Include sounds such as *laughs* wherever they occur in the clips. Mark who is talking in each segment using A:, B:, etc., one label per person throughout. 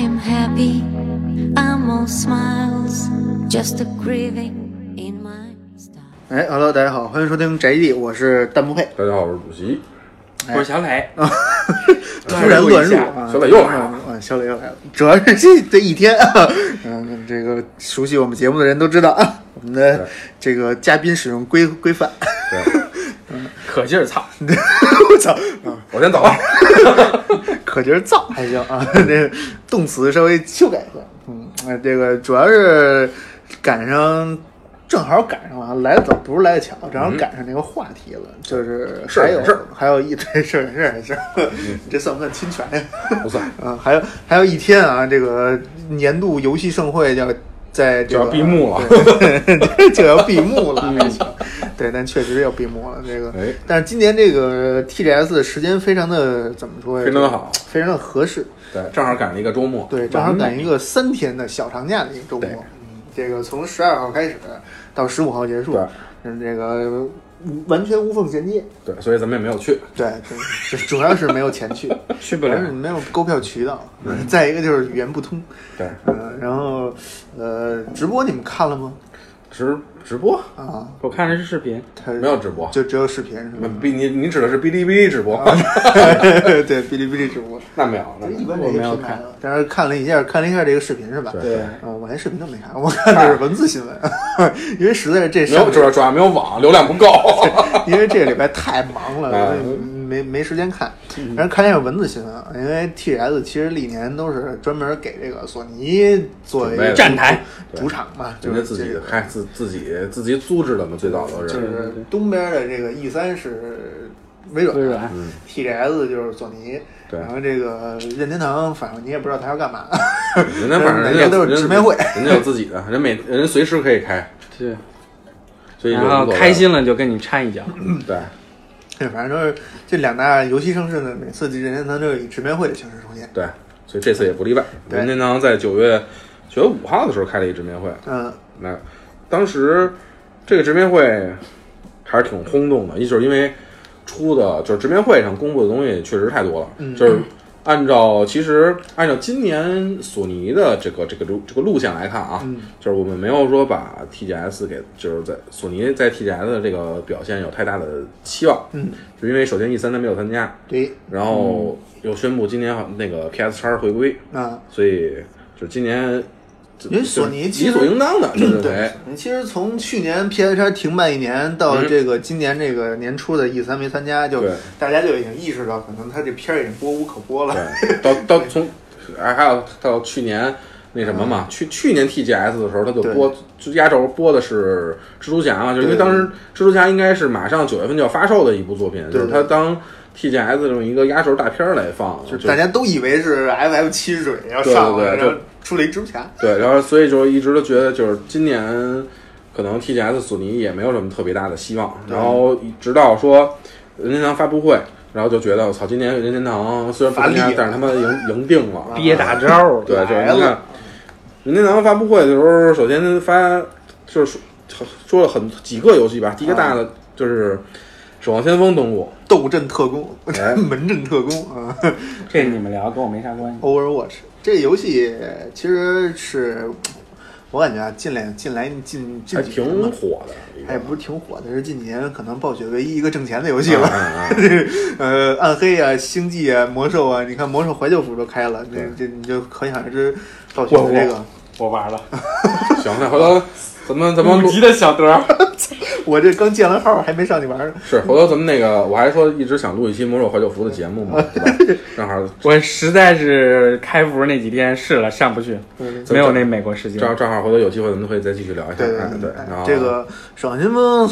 A: happy. I'm all smiles, just a grieving in my style.
B: 哎，Hello，大家好，欢迎收听宅基地，我是弹幕配。
C: 大家好，我是主席。
B: 哎
D: 我是小磊，
C: 嗯
B: 突然乱入啊！
C: 小磊又来了，
B: 啊，小磊又来了，主要是这这一天 *laughs* 啊，嗯，这个熟悉我们节目的人都知道啊，我们的
C: 对
B: 这个嘉宾使用规规范，
C: 对，
B: *laughs*
D: 可劲儿操！
B: 我操啊，
C: 我先走了。
B: 可劲儿造还行啊， *laughs* 这动词稍微修改一下，嗯，啊这个主要是赶上。正好赶上了啊，来的早不如来的巧，正好赶上那个话题了，就是
C: 嗯事
B: 还
C: 儿
B: 有
C: 事儿嗯
B: 还有一堆事儿事儿事儿，这算不算侵权呀？
C: 不算，
B: *laughs* 啊，还有还有一天啊，这个年度游戏盛会要在这
C: 就
B: 个
C: 要闭幕了嗯
B: 对 *laughs* 就要闭幕了，还行对，但确实要闭幕了。这个
C: 哎，
B: 但是今年这个 TGS 的时间非常的怎么说呀？
C: 非常的好，
B: 非常的合适。
C: 对，正好赶了一个周末，
B: 对，正好赶一个三天的小长假的一个周末
C: 对。
B: 嗯这个从十二号开始到十五号结束
C: 对，
B: 嗯，这个完全无缝衔接。
C: 对，所以咱们也没有去。
B: 对，这主要是没有钱
C: *laughs*
B: 去，
C: 去不
B: 主
C: 了
B: 要是没有购票渠道，再一个就是语言不通。
C: 对，
B: 嗯，然后呃，直播你们看了吗？
C: 直直播
B: 啊，
D: 我看的是视频，
B: 他
C: 没有直播，
B: 就只有视频是
C: *laughs*
B: 吧？
C: 哔你你指的是哔哩哔哩直播？
B: 对，哔哩哔哩直播，
C: *laughs* 那没有，那没
B: 一
C: 有。
B: 般这些
D: 我没有
B: 平台的，但是看了一下，看了一下这个视频是吧？
C: 对
B: 啊、我连视频都没看，我看的是文字新闻， *laughs* 因为实在是这
C: 没有，
B: 上
C: 主要主要没有网， *laughs* 流量不
B: *laughs*
C: 够。
B: 因为这个礼拜太忙了，
C: 嗯
B: 没没时间看。但是看一下文字新闻，啊，因为 TGS 其实历年都是专门给这个索尼作为
C: 准备的
D: 站台
B: 主场嘛，就
C: 人家
B: 是
C: 自
B: 这
C: 己
B: 个
C: 还自自己自己组织的嘛，最早都。
B: 就是是东边的这个 E 三是微软，
D: 微软
C: 嗯
B: ，TGS 就是索尼，
C: 对
B: 然后这个任天堂，反正你也不知道他要干嘛，
C: 人家反正
B: 人
C: 人
B: 家
C: 家有
B: 都是直面会，
C: *laughs* 人家有自己的，人每人家随时可以开，
D: 对，
C: 所以就
D: 然后
C: 无所谓
D: 开。心了就跟你掺一脚，
C: 对，
B: 对，反正都是这两大游戏盛世呢，每次任天堂都是以直面会的形式出现。
C: 对，所以这次也不例外。
B: 对
C: 任天堂在九月九月五号的时候开了一直面会，
B: 嗯，
C: 那当时这个直面会还是挺轰动的，一就是因为出的就是直面会上公布的东西确实太多了，就是按照其实按照今年索尼的这个这个路这个路线来看啊，就是我们没有说把 TGS 给就是在索尼在 TGS 的这个表现有太大的期望，嗯，是因为首先 E 三它没有参加，
B: 对，
C: 然后又宣布今年好像那个 PS 叉回归，
B: 啊，
C: 所以就是今年。
B: 因为索尼
C: 就是
B: 其
C: 理
B: 实
C: 所应
B: *clears throat*
C: 当的，就是
B: 对
C: 哎，
B: 你嗯其实从去年 PS 叉停办一年到
C: 嗯
B: 这个今年这个年初的 E 三没参加，就
C: 对
B: 大家就已经意识到，可能他这片儿已经播无可播了。
C: 对，到到从哎还还有到去年那什么嘛，去去年 TGS 的时候，他就
B: 嗯对
C: 播就压轴播的是蜘蛛侠嘛，就因为
B: 对
C: 当时蜘蛛侠应该是马上九月份就要发售的一部作品，就
B: 对
C: 是他当 TGS 这么一个压轴大片儿来放，就
B: 就是大家都以为是 FF 七水要
C: 对
B: 上
C: 对
B: 了，
C: 对
B: 然后
C: 就
B: 出了一蜘蛛侠。
C: 对，然后所以就一直都觉得就是今年可能 TGS 索尼也没有什么特别大的希望，
B: 对
C: 然后直到说任天堂发布会。然后就觉得我操，今年任天堂虽然不参
B: 乏
C: 加
B: 力，啊
C: 但是他们赢赢定了，
D: 憋大招了。
C: 对，就是
B: 来
C: 你看
B: 了，
C: 任天堂发布会的时候，首先发就是说说了很几个游戏吧，
B: 啊
C: 第一个大的就是《守望先锋》登陆，
B: 斗阵特工，*laughs*
C: 哎
B: 门阵特工啊
D: 这你们聊跟我没啥关系。
B: ，Overwatch 这个游戏其实是我感觉啊，近来近来近
C: 还
B: 近几
C: 挺
B: 年嘛，
C: 火的。
B: 哎，不是挺火的，是近几年可能暴雪唯一一个挣钱的游戏
C: 啊
B: *laughs* 了。
C: 啊啊
B: 呃，暗黑啊，星际啊，魔兽啊，你看魔兽怀旧服都开了，那
C: 对
B: 这你就可想而知暴雪的这个。
D: 我玩 *laughs* 了，
C: 行，那回头咱们咱们
D: 五
C: 录
D: 级的小德 *laughs* 儿，
B: 我这刚建完号，还没上去玩呢。
C: 是回头咱们那个，我还说一直想录一期《魔兽怀旧服》的节目嘛，
B: *laughs*
C: 对吧？正好
D: 我实在是开服那几天试了上不去，
B: 嗯
D: 没有那美国时间。
C: 正正好回头有机会咱们可以再继续聊一下。
B: 对
C: 哎
B: 对
C: 对，
B: 哎
C: 然后
B: 这个爽新风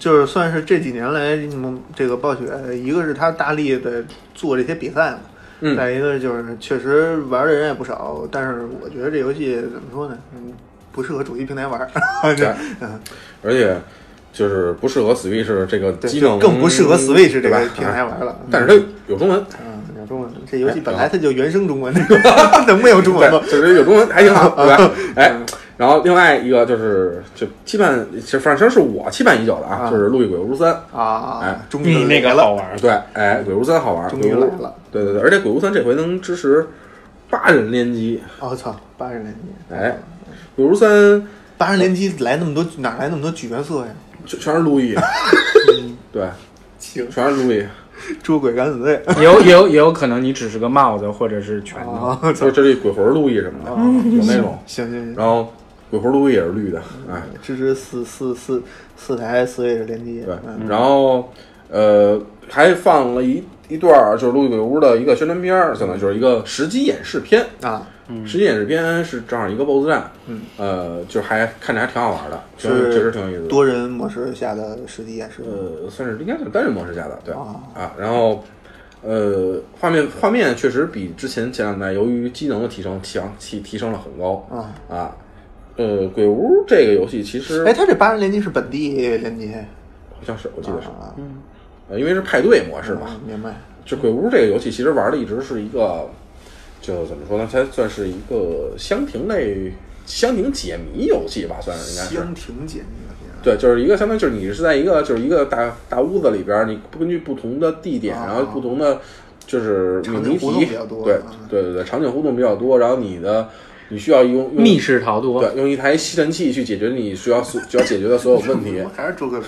B: 就是算是这几年来，嗯这个暴雪，一个是他大力的做这些比赛嘛，
C: 嗯
B: 再一个就是确实玩的人也不少，但是我觉得这游戏怎么说呢，嗯，不适合主机平台玩儿， *laughs*
C: 对
B: 嗯，
C: 而且就是不适合 Switch 这个
B: 对，
C: 机
B: 就
C: 能，
B: 更不适合 Switch 这
C: 对吧嗯
B: 个平台玩了。
C: 但是哎它有中
B: *laughs*
C: 文，
B: 嗯，有中文，这游戏本来它就原生中文， *laughs* 能没有中文吗？
C: 对，就是有中文还
B: *laughs*
C: 挺好，对吧？哎，然后另外一个就是就期盼，其实反正是我期盼已久的啊，
B: 啊
C: 就是《路易鬼屋三》。
B: 啊
C: 哎，
B: 终于
D: 你那
B: 来
D: 个
B: 了
D: 好玩儿，
C: 对，哎，鬼屋三好玩，
B: 终于
C: 鬼屋
B: 来了。
C: 对对对，而且鬼屋三这回能支持八人联机，
B: 我哦操，八十连击，
C: 哎，
B: 嗯
C: 鲁如三
B: 八十连击来那么多，哪来那么多角色呀？
C: 全全是路易，对，
B: 行，
C: 全是路易，
B: 捉鬼敢死队
D: 也有也有也有可能你只是个帽子或者是拳头。
B: 啊！
C: 就这里鬼魂路易什么的，有那种，
B: 行行行，
C: 然后鬼魂路易也是绿的，哎，
B: 支持四四四四台四位的联机，
C: 对
B: 嗯，
C: 然后呃还放了一一段儿就是路易鬼屋的一个宣传片儿，相当于就是一个实机演示片，
B: 啊，
C: 实际演示片是正好一个 BOSS 战，嗯，呃，就是还看着还挺好玩的，确实确实挺有意思的。
B: 多人模式下的实际演示，
C: 呃，算是应该算是单人模式下的，对
B: 哦
C: 啊，然后呃，画面画面确实比之前前两代由于机能的提升强提提升了很高
B: 啊
C: 啊，呃，鬼屋这个游戏其实
B: 哎，他这八人联机是本地联机
C: 好像是我记得是，
B: 啊？
C: 呃，因为是派对模式嘛，
B: 啊明白。
C: 就鬼屋这个游戏其实玩的一直是一个，就怎么说呢，它算是一个箱庭类箱庭解谜游戏吧，算是应该是。
B: 香亭姐那
C: 对，就是一个相当于就是你是在一个就是一个大大屋子里边儿，你根据不同的地点，
B: 啊
C: 然后不同的就是
B: 场景
C: 谜
B: 活动
C: 题
B: 比较，多
C: 对
B: 嗯
C: 对对对，场景互动比较多，然后你的你需要用用
D: 密室逃脱，
C: 对用一台吸尘器去解决你需要所需要解决的所有
B: *laughs*
C: 问题
B: 个，，啊还是诸葛亮。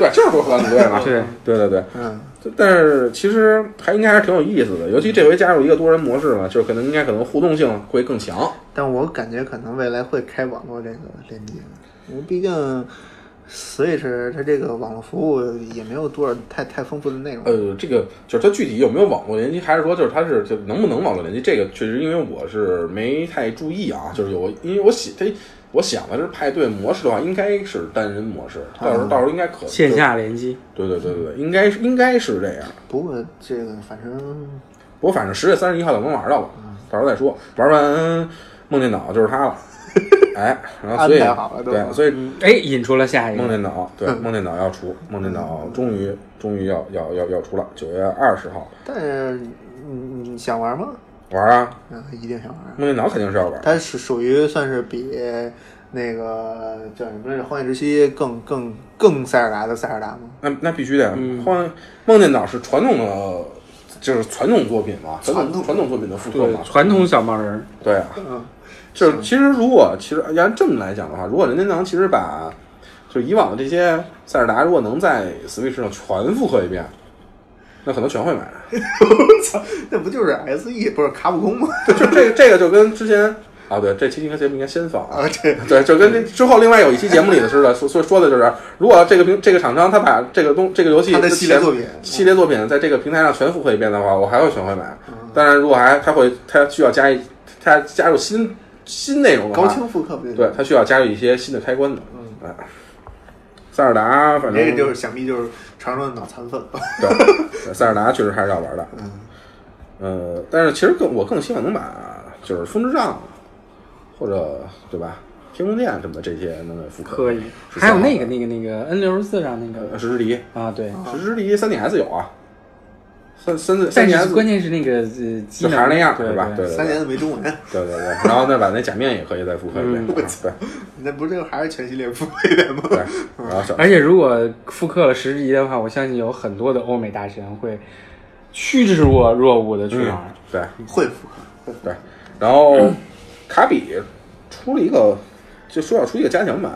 C: 对，就是说管理队嘛，
D: 对
C: 对对对。
B: 嗯，
C: 但是其实还应该还是挺有意思的，尤其这回加入一个多人模式嘛，就是可能应该可能互动性会更强。
B: 但我感觉可能未来会开网络这个连接，因为毕竟 Switch 它这个网络服务也没有多少太太丰富的内容。
C: 呃，这个就是它具体有没有网络联机，还是说就是它是就能不能网络联机？这个确实因为我是没太注意啊，就是我因为我想它，我想的是派对模式的话，应该是单人模式，到时
B: 哦
C: 候到时候应该可
D: 线，下联机，
C: 对对对对对，应该是应该是这样。
B: 不过这个反正
C: 不过反正十月三十一号就能玩到了，
B: 嗯
C: 到时候再说。玩完梦电脑就是它
B: *laughs*
C: 了，哎，然后所以
B: 安排好了都啊嗯
C: 对，所以
D: 哎，引出了下一
C: 梦
D: 个。
C: 电脑对梦电脑要出，梦电脑终于终于要要要要出了，九月二十号
B: 但是你你想玩吗？
C: 玩啊。
B: 嗯，一定想玩。
C: 梦电脑肯定是要玩，
B: 它是属于算是比那个叫什么来着《荒野之息》更更更塞尔达的塞尔达吗？
C: 那那必须的。荒梦电脑是传统的，就是传统作品嘛，传
B: 传统
C: 统传统作品的复刻
D: 对
C: 嘛，。
D: 传统小毛人儿，
C: 对啊，
B: 嗯，
C: 就是其实如果其实按这么来讲的话，如果任天堂其实把就是以往的这些塞尔达，如果能在 Switch 上全复刻一遍，那可能全会买。
B: 那不就是 S E 不是卡普空吗？
C: 对，就这个这个就跟之前啊，对，这期应该节目应该先放啊
B: 啊，对，
C: 对，就跟那之后另外有一期节目里的似的，说说说的就是，如果这个平这个厂商他把这个东这个游戏
B: 他的系列
C: 前
B: 作品
C: 系列作品在这个平台上全复刻一遍的话，我还会全会买。
D: 嗯
C: 当然，如果还他会他需要加一他加入新新内容的
B: 高
C: 话，
B: 清复刻不就行
C: 对他需要加入一些新的开关的。嗯，塞尔达反正
B: 这个就是想必就是传说的脑残粉吧。
C: 对，塞尔达确实还是要玩的。嗯，呃，但是其实更我更希望能把就是风之杖或者对吧，天宫殿什么的这些能给复刻。
D: 可以。
C: 是
D: 还有那个
C: 这样
D: 那个那个 N 六十四上那
C: 的
D: 个
C: 呃石之笛，
D: 啊，对。
C: 石之笛三 DS 有啊，三三三
D: 但是
C: DS
D: 关键是那个呃，机
C: 就
D: 能
C: 还是那样，
D: 对
C: 对吧？对对
B: 三
C: 对
B: 年没中文，
C: 对对。然后再把那假面也可以再复刻一遍。
D: 嗯
C: 对
B: 那不是这个还是全系列付费的吗？ *laughs*
C: 对，然后小
D: 而且如果复刻了十级的话，我相信有很多的欧美大神会趋之若若鹜的去玩
C: 嗯
D: 儿。，
C: 对
B: 会付费，会付
C: 对。然后卡比出了一个，就说要出一个加强版，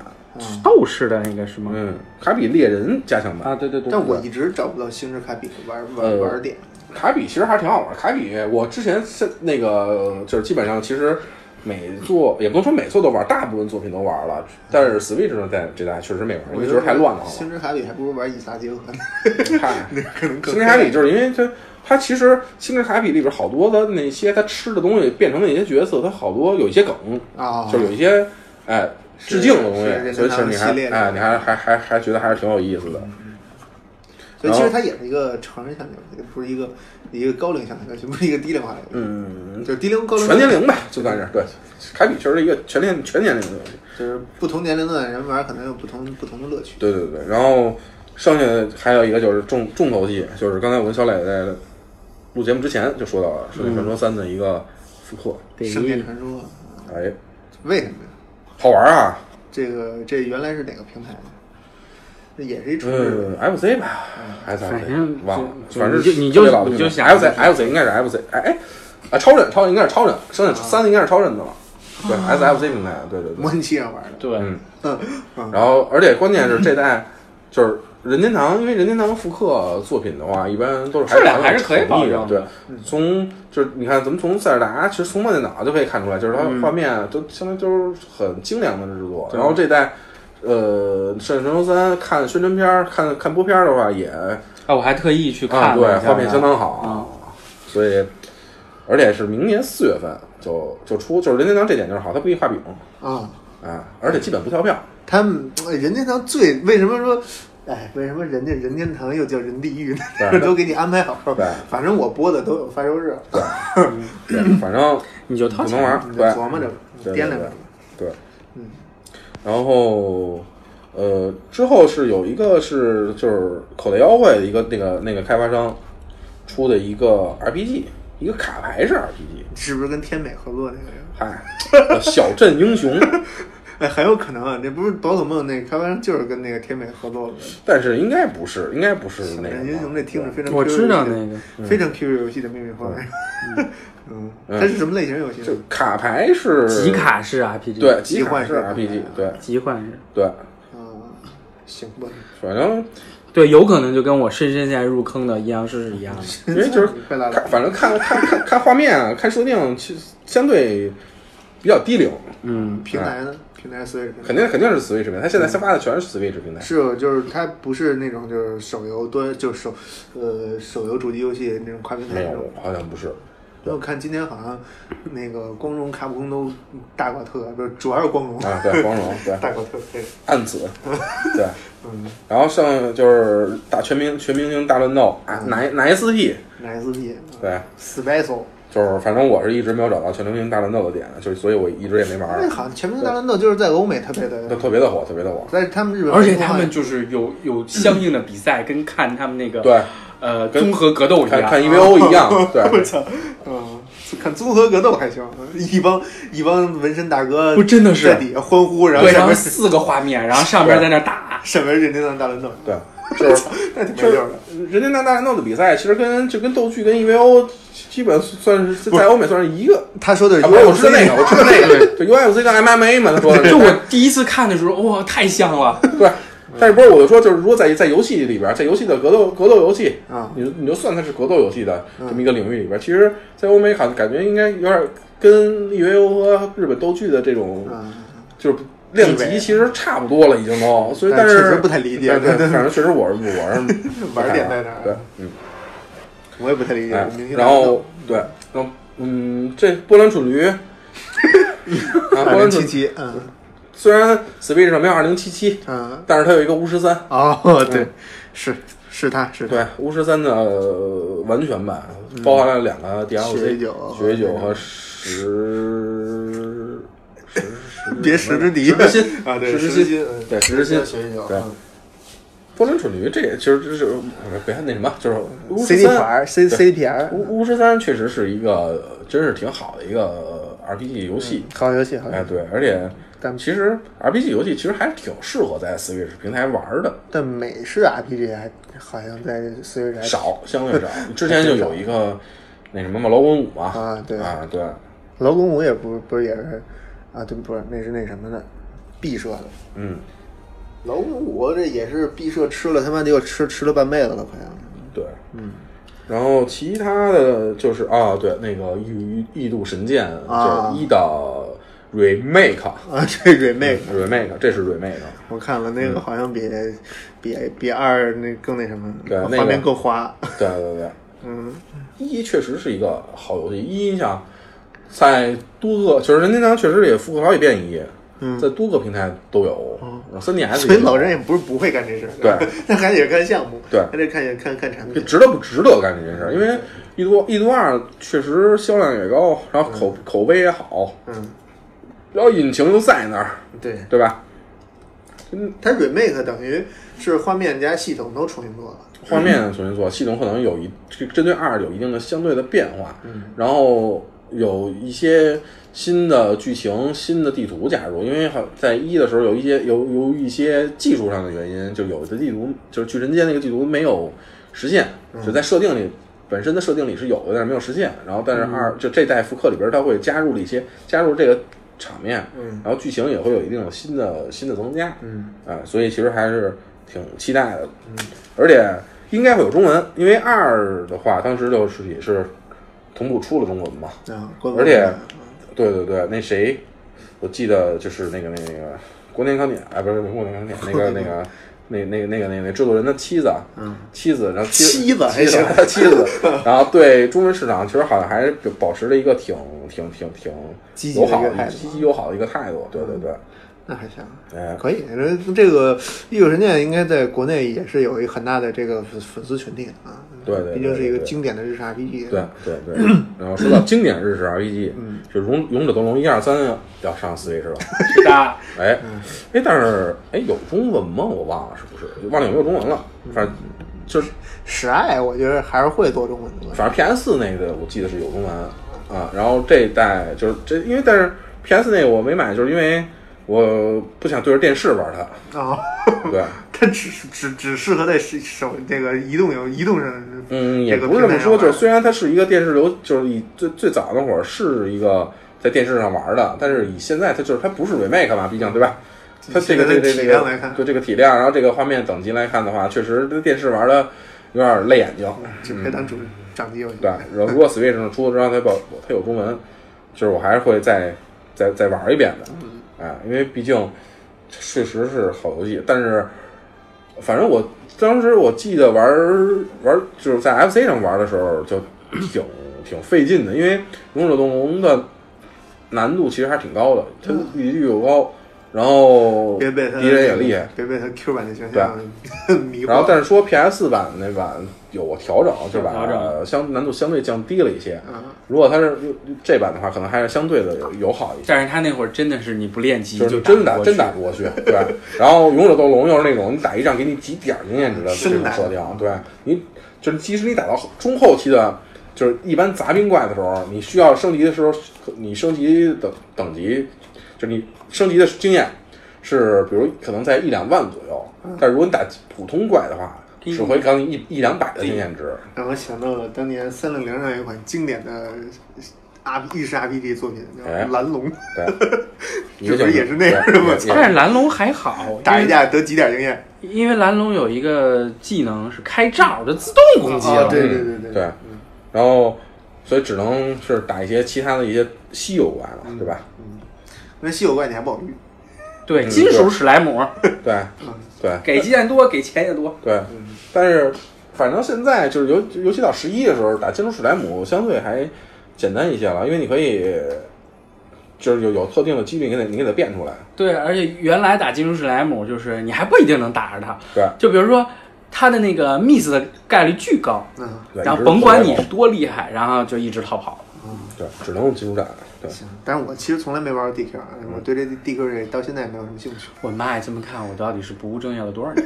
D: 斗士的那个是吗？
C: 嗯，卡比猎人加强版
D: 啊，对对对。
B: 但我一直找不到星之卡比的玩玩
C: 呃
B: 玩点。
C: 卡比其实还是挺好玩儿。卡比我之前是那个就是基本上其实每座也不能说每座都玩儿，大部分作品都玩儿了。但是 Switch 上在这代确实没玩儿，因为觉得太乱了。
B: 星之卡比还不如玩以撒结合呢。 *laughs*
C: 嗨，
B: 可能更
C: 星之卡比就是因为它它其实星之卡比里边好多的那些它吃的东西变成那些角色，它好多有一些梗，
B: 啊，
C: 就是有一些哎致敬的东
B: 是
C: 西，
B: 是
C: 所以其实
B: 任天堂
C: 你
B: 的系
C: 还
B: 列
C: 哎你还还还还觉得还是挺有意思的。
B: 所以其实它也是一个成人向的游戏，不是一个一个高龄向的游戏，不是一个低龄化的游戏。
C: 嗯，
B: 就是低龄高龄
C: 全年龄吧，就算
B: 嗯
C: 是对。卡比确实一个全年全年龄的游戏。
B: 就是不同年龄段的人玩，可能有不同不同的乐趣。
C: 对对对，然后剩下的还有一个就是重重头戏，就是刚才我跟小磊在录节目之前就说到了《神剑传说三》的一个复刻，
D: 得
B: 圣殿传说，啊
C: 哎，
B: 为什么呀？
C: 好玩啊，
B: 这个这原来是哪个平台的？啊这也是一重置
C: 嗯，FC 吧，还是 FC
D: 反正就
C: 忘了，
D: 就
C: 反正
D: 你就
C: 特别老的
D: 你就
C: 平台
D: 想
C: FC FC 应该是 FC，哎哎，啊，超任，超任应该是超任，生
D: 啊
C: 产三应该是超任的了，对，SFC 平台，啊对对
B: 模
C: 对，
B: 拟器上玩的。
D: 对，
C: 嗯，
B: 嗯
C: 然后而且关键是这代就是任天堂，因为任天堂复刻作品的话，一般都是
D: 质量还
C: 还
D: 是可以保
C: 保
D: 证
C: 对
D: 的，嗯
C: 从就是你看，咱们从塞尔达其实从摸电脑就可以看出来，就是它
D: 嗯
C: 画面都相当于都是很精良的制作。然后这代，呃，《圣神周三》看宣传片儿、看看播片儿的话也
D: 啊，我还特意去
C: 啊，
D: 看
C: 对
D: 了一下，
C: 画面相当好，啊所以而且是明年四月份就就出，就是任天堂这点就是好，它不给你画饼
B: 啊，
C: 啊，而且基本不跳票。
B: 他们呃任天堂最为什么说，哎，为什么人家任天堂又叫人地狱呢？
C: 对
B: *laughs* 都给你安排好
C: 对，
B: 反正我播的都有发售日，
C: 对，反正
D: 你就掏
C: 不能玩
B: 你，
C: 儿
D: 钱。
B: 就
C: 对，
B: 嗯琢磨着
C: 对
B: 掂量着。
C: 对，
B: 嗯。
C: 然后，呃，之后是有一个是就是口袋妖怪的一个那个那个开发商出的一个 RPG，一个卡牌式 RPG，
B: 是不是跟天美合作那个人？
C: 嗨，叫小镇英雄， *laughs*
B: 哎，很有可能啊，这不是宝可梦那个开发商就是跟那个天美合作的。
C: 但是应该不是，应该不是那个
B: 人英雄这听着非常 QQ
D: 我知道
B: 游戏的
D: 那个嗯
B: 非常 QQ 游戏的秘密花园。 *laughs* 嗯，
C: 嗯
B: 它是什么类型游戏呢？
C: 就卡牌是
D: 集，卡式啊 RPG，
C: 对，
B: 集
C: 集卡
B: 换
C: 嗯式
B: 式
C: RPG，对
D: 集换式，
C: 对，
B: 啊，行吧，
C: 反 *laughs* 正
D: 对，有可能就跟我深深现在入坑的阴阳师是一样的。
C: 因为就是
B: 快拉倒
C: 看，。反正看看看看画面啊，看设定，其实相对比较低龄，
D: 嗯，
B: 平台呢？平台 Switch 平台
C: 肯定肯定是 Switch 平台，它现在开发的全是 Switch 平台。
B: 是有，就是它不是那种就是手游多，就是手呃手游主机游戏那种跨平台
C: 没
B: 那种
C: 有。，好像不是。
B: 因为我看今天好像那个光荣、卡普空都大搞特，不是主要是光荣
C: 啊，对，光荣，对，
B: 大搞特。对，
C: 暗紫， *laughs* 对，然后剩就是打全明全明星大乱斗啊，哪哪 SP，
B: 那 SP
C: 对，
B: Special，
C: 就是反正我是一直没有找到全明星大乱斗的点，就是所以我一直也没玩
B: 那
C: 儿，
B: 好像《全民大乱斗》就是在欧美特别
C: 它
B: 的，
C: 特别的火，特别的火，
B: 在他们日本，
D: 而且他们就是有有相应的比赛，跟看他们那个
C: 对，
D: 呃综合格斗一
C: 看看
D: 样。
C: EVO 一
B: *laughs*
C: 样，
B: 我
C: *laughs* 对，
B: 操，嗯，看综合格斗还行，一帮一帮纹身大哥
D: 不真的是
B: 在底下欢呼，然后
D: 对，
B: 上
D: 然后
B: 面
D: 四个画面，然后上边在那打，
B: 上面认真当大乱斗，
C: 对，就是。
B: 那挺没
C: 就
B: 溜
C: 是
B: 儿的。
C: 人家大大乱斗的比赛，其实跟就跟斗剧跟 EVO 基本算是在欧美算是一个。
B: 他说的
C: 啊，不是，我知道那个，我知道那
D: 对
C: 个，就 UFC 跟 MMA 嘛，他说的是。
D: *laughs* 就我第一次看的时候，哇，太像了。
C: 对，但是不是我就说，就是如果在在游戏里边儿，在游戏的格斗格斗游戏，
B: 啊
C: 你就你就算它是格斗游戏的这么一个领域里边儿，其实，在欧美感感觉应该有点跟 EVO 和日本斗剧的这种、
B: 嗯
C: 就是量
B: 地
C: 级
B: 位
C: 其实差不多了，已经都，所以
B: 但
C: 是
B: 确实不太理解
C: 但
B: 对对
C: 但反正确实我是我是
B: 玩儿点在
C: 在
B: 哪儿
C: 对，嗯，
B: 我也不太理解
C: 哎。
B: 明星大
C: 然
B: 乱斗
C: 后对，然后嗯，这波兰蠢驴。 *laughs* 啊，波
B: 二
C: 兰
B: 零七
C: 蠢
B: 七，嗯
C: 虽然 Switch 上没有二零七七，
B: 嗯，
C: 但是它有一个巫师三，嗯
B: 哦，对，是是他是他，
C: 对，巫师三的呃完全版包含了两个 DLC，
B: 嗯血与啊酒和
C: 血与酒和十
B: 别十之敌
C: 十之心
B: *laughs* 啊，对，
C: 十
B: 十
C: 之
B: 之
C: 心
B: 心，嗯
C: 对十之心
B: 学一学
C: 对
B: 嗯
C: 波兰蠢驴，这也其实就是呃别看那什么，就是巫师
B: CD
C: 三，
B: 团 C
C: 对
B: CDPR
C: 巫巫师三确实是一个呃真是挺好的一个呃 RPG 游戏，
B: 好游戏，好游
C: 哎
B: 戏，
C: 对，而且
B: 但
C: 其实 RPG 游戏其实还是挺适合在 Switch 平台玩的，
B: 但美式 RPG 还好像在 Switch 还
C: 少相
B: *laughs*
C: 对少，之前就有一个那什么嘛，老滚五嘛，
B: 啊对
C: 啊对，
B: 劳工舞也不不是也是啊，对，不是那是那什么的，毕设的。
C: 嗯
B: 劳工舞这也是毕设吃了他妈得有吃吃了半辈子了，快要。
C: 对，嗯。然后其他的就是啊，对，那个《异异度神剑》
B: 啊
C: 就是一的 remake，remake，、
B: 啊，这 remake
C: 这是 remake，
B: 我看了
C: 嗯
B: 那个好像比、比比二那更那什么，
C: 对那个
B: 画面更花。
C: 对对对，
B: 嗯，
C: 一确实是一个好游戏。一你想，在多个，就是任天堂确实也复刻好几遍一，
B: 嗯
C: 在多个平台都有，三 DS，
B: 所以老人也不是不会干这事儿，
C: 对，
B: 那 *laughs* 还得看项目，
C: 对
B: 还得看看看产
C: 就
B: 品。
C: 值得不值得干这件事儿，因为一度一度二确实销量也高，然后口、口碑也好，
B: 嗯，
C: 然后引擎又在那儿，
B: 对，
C: 对吧？
B: 它 remake 等于是画面加系统都重新做了。
C: 画面重新做，系统可能有一这针对二有一定的相对的变化，然后有一些新的剧情、新的地图加入，因为好在一的时候有一些由由于一些技术上的原因，就有的地图就是巨神街那个地图没有实现，就在设定里本身的设定里是有的，但是没有实现。然后，但是二、就这代复刻里边，它会加入了一些加入这个场面，
B: 嗯
C: 然后剧情也会有一定的新的新的增加，
B: 嗯，
C: 啊，所以其实还是挺期待的，嗯，而且应该会有中文，因为二的话，当时就是也是同步出了中文嘛，
B: 啊，关
C: 而且，对对对，那谁，我记得就是那个那个那个国年康典，哎，不是不是国年康典，
B: *laughs*
C: 那个那个那那那个那个那制作人的妻子，嗯，妻子，然后
B: 妻子还
C: 妻子 *laughs*
B: 行 *laughs*
C: 他妻子，然后对中文市场其实好像还是保持着一个挺挺挺挺
B: 积极的
C: 友
B: 一个
C: 好
B: 态度啊嗯
C: 积极友好的一个态度，对对对，
B: 那还行，
C: 哎，
B: 可以。这这个《异兽神剑》应该在国内也是有一很大的这个粉粉丝群体的啊，
C: 对对对
B: 毕竟是一个
C: 对对
B: 经典的日式 RPG，
C: 对，对对， *clears throat* 然后说到经典日式 RPG，就《勇勇者斗龙》一二三要上 Switch 了，
D: *laughs* 是的，
C: 哎，哎，但是哎，有中文吗？我忘了是不是，忘了有没有中文了。反正就是，
B: 史爱我觉得还是会做中文的吧，
C: 反正 PS 那个我记得是有中文啊。然后这一代就是这，因为但是 PS 那个我没买，就是因为我不想对着电视玩它。
B: 啊、
C: 对，
B: 它只只只适合在手手那个移动游移动上，
C: 嗯，也
B: 这个
C: 不是这么
B: 平台上
C: 说，
B: 玩
C: 就是虽然它是一个电视流，就是以最最早那会儿是一个在电视上玩的，但是以现在它就是它不是 remake 嘛，毕竟对吧？它这个这
B: 现在
C: 个
B: 的
C: 这个
B: 体量来看
C: 对这个体量，然后这个画面等级来看的话，确实这电视玩的有点累眼睛。
B: 只配当主掌机游戏。
C: 对，然后如果 Switch 上出，然后它保它有中文，就是我还是会再再再玩一遍
B: 嗯
C: 的，啊，因为毕竟确实是好游戏。但是反正我当时我记得玩玩就是在 FC 上玩的时候就挺挺费劲的，因为《勇者斗龙》的难度其实还挺高的，它比例又高，然后
B: 别嗯被他
C: 敌人也厉害。，啊
B: 别被他 Q 版的形象 *laughs* 迷惑。
C: 然后，但是说 PS 版那版有过调整，就把
D: 调整
C: 相难度相对降低了一些。
B: 嗯
C: 如果它是这版的话，可能还是相对的友好一些，
D: 但是他那会儿真的是你不练级
C: 就是
D: 打不
C: 真打
D: 过
C: 真
D: 去
C: 打不过去。对， *laughs* 然后勇者斗龙又是那种你打一仗给你几点儿经验值
B: *laughs*
C: 的这
B: 生
C: 种
B: 打
C: 设定，对你就是即使你打到中后期的，就是一般杂兵怪的时候，你需要升级的时候，你升级的等级，就是你升级的经验是比如可能在一两万左右，
B: 嗯
C: 但如果你打普通怪的话，只会给你一一两百的经验值。
B: 让我想到了当年三六零上有一款经典的 R 意式 RPG 作品，叫
C: 哎
B: 《蓝龙》，
C: 对，你
B: 这不
C: 就是
B: 也是那样
C: 对
B: 的吗
C: 也
D: 但是蓝龙还好，
B: 打
D: 因
B: 一
D: 为
C: 嗯
B: 架得几点经验？
D: 因为蓝龙有一个技能是开罩的自动攻击了，
B: 啊对
C: 嗯
B: 对
C: 对然后所以只能是打一些其他的一些稀有怪
B: 嗯
C: 嘛，对吧？
B: 那稀有怪你还不好遇，
D: 对金属史莱姆
C: 对对
D: 给鸡蛋多，给钱也多，
C: 对，但是反正现在就是尤尤其到十一的时候打金属史莱姆相对还简单一些了，因为你可以就是有有特定的机率，你给它你给它变出来，
D: 对，而且原来打金属史莱姆就是你还不一定能打着它，
C: 对
D: 就比如说它的那个 miss 的概率巨高，
B: 嗯，
C: 对
D: 然后
C: 一直
D: 甭管你
C: 跑
D: 是多厉害，然后就一直逃跑。
C: 对，只能用金属斩，对，
B: 行。但是我其实从来没玩过 DQ，我
C: 嗯
B: 对这 DQ 这到现在也没有什么兴趣。
D: 我妈呀，这么看我到底是不务正业了多少年？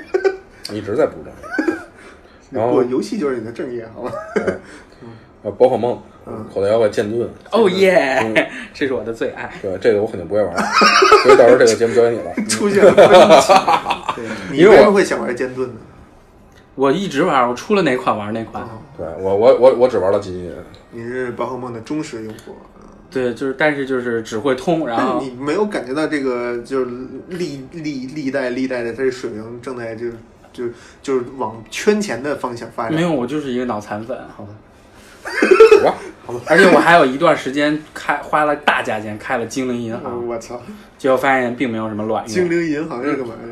C: 一直在补
D: *laughs*
C: 涨。然后
B: 我游戏就是你的正业，好吧？
C: 呃，宝可梦，
D: 嗯
C: 口袋妖怪剑盾，
D: 哦耶，这是我的最爱。
C: 对，这个我肯定不会玩， *laughs* 所以到时候这个节目交给你了。
B: 出现了分
C: *laughs*
B: 歧，对你
C: 嗯因
B: 为
C: 为我
B: 什么会想玩剑盾呢？
D: 我一直玩，我出了哪款玩哪款。
B: 哦
C: 对我我我我只玩到金银，
B: 你是宝可梦的忠实用户。啊
D: 对，就是但是就是只会通，然
B: 但
D: 后
B: 是你没有感觉到这个就是历历历代历代的它这水平正在就是就就是往圈钱的方向发展。
D: 没有，我就是一个脑残粉，好吧。
C: 好吧，
D: 而且我还有一段时间开花了大价钱开了精灵银
B: 呃，
D: 行，
B: 我操，
D: 结果发现并没有什么卵
B: 精
D: 用，
B: 灵银行是干嘛的？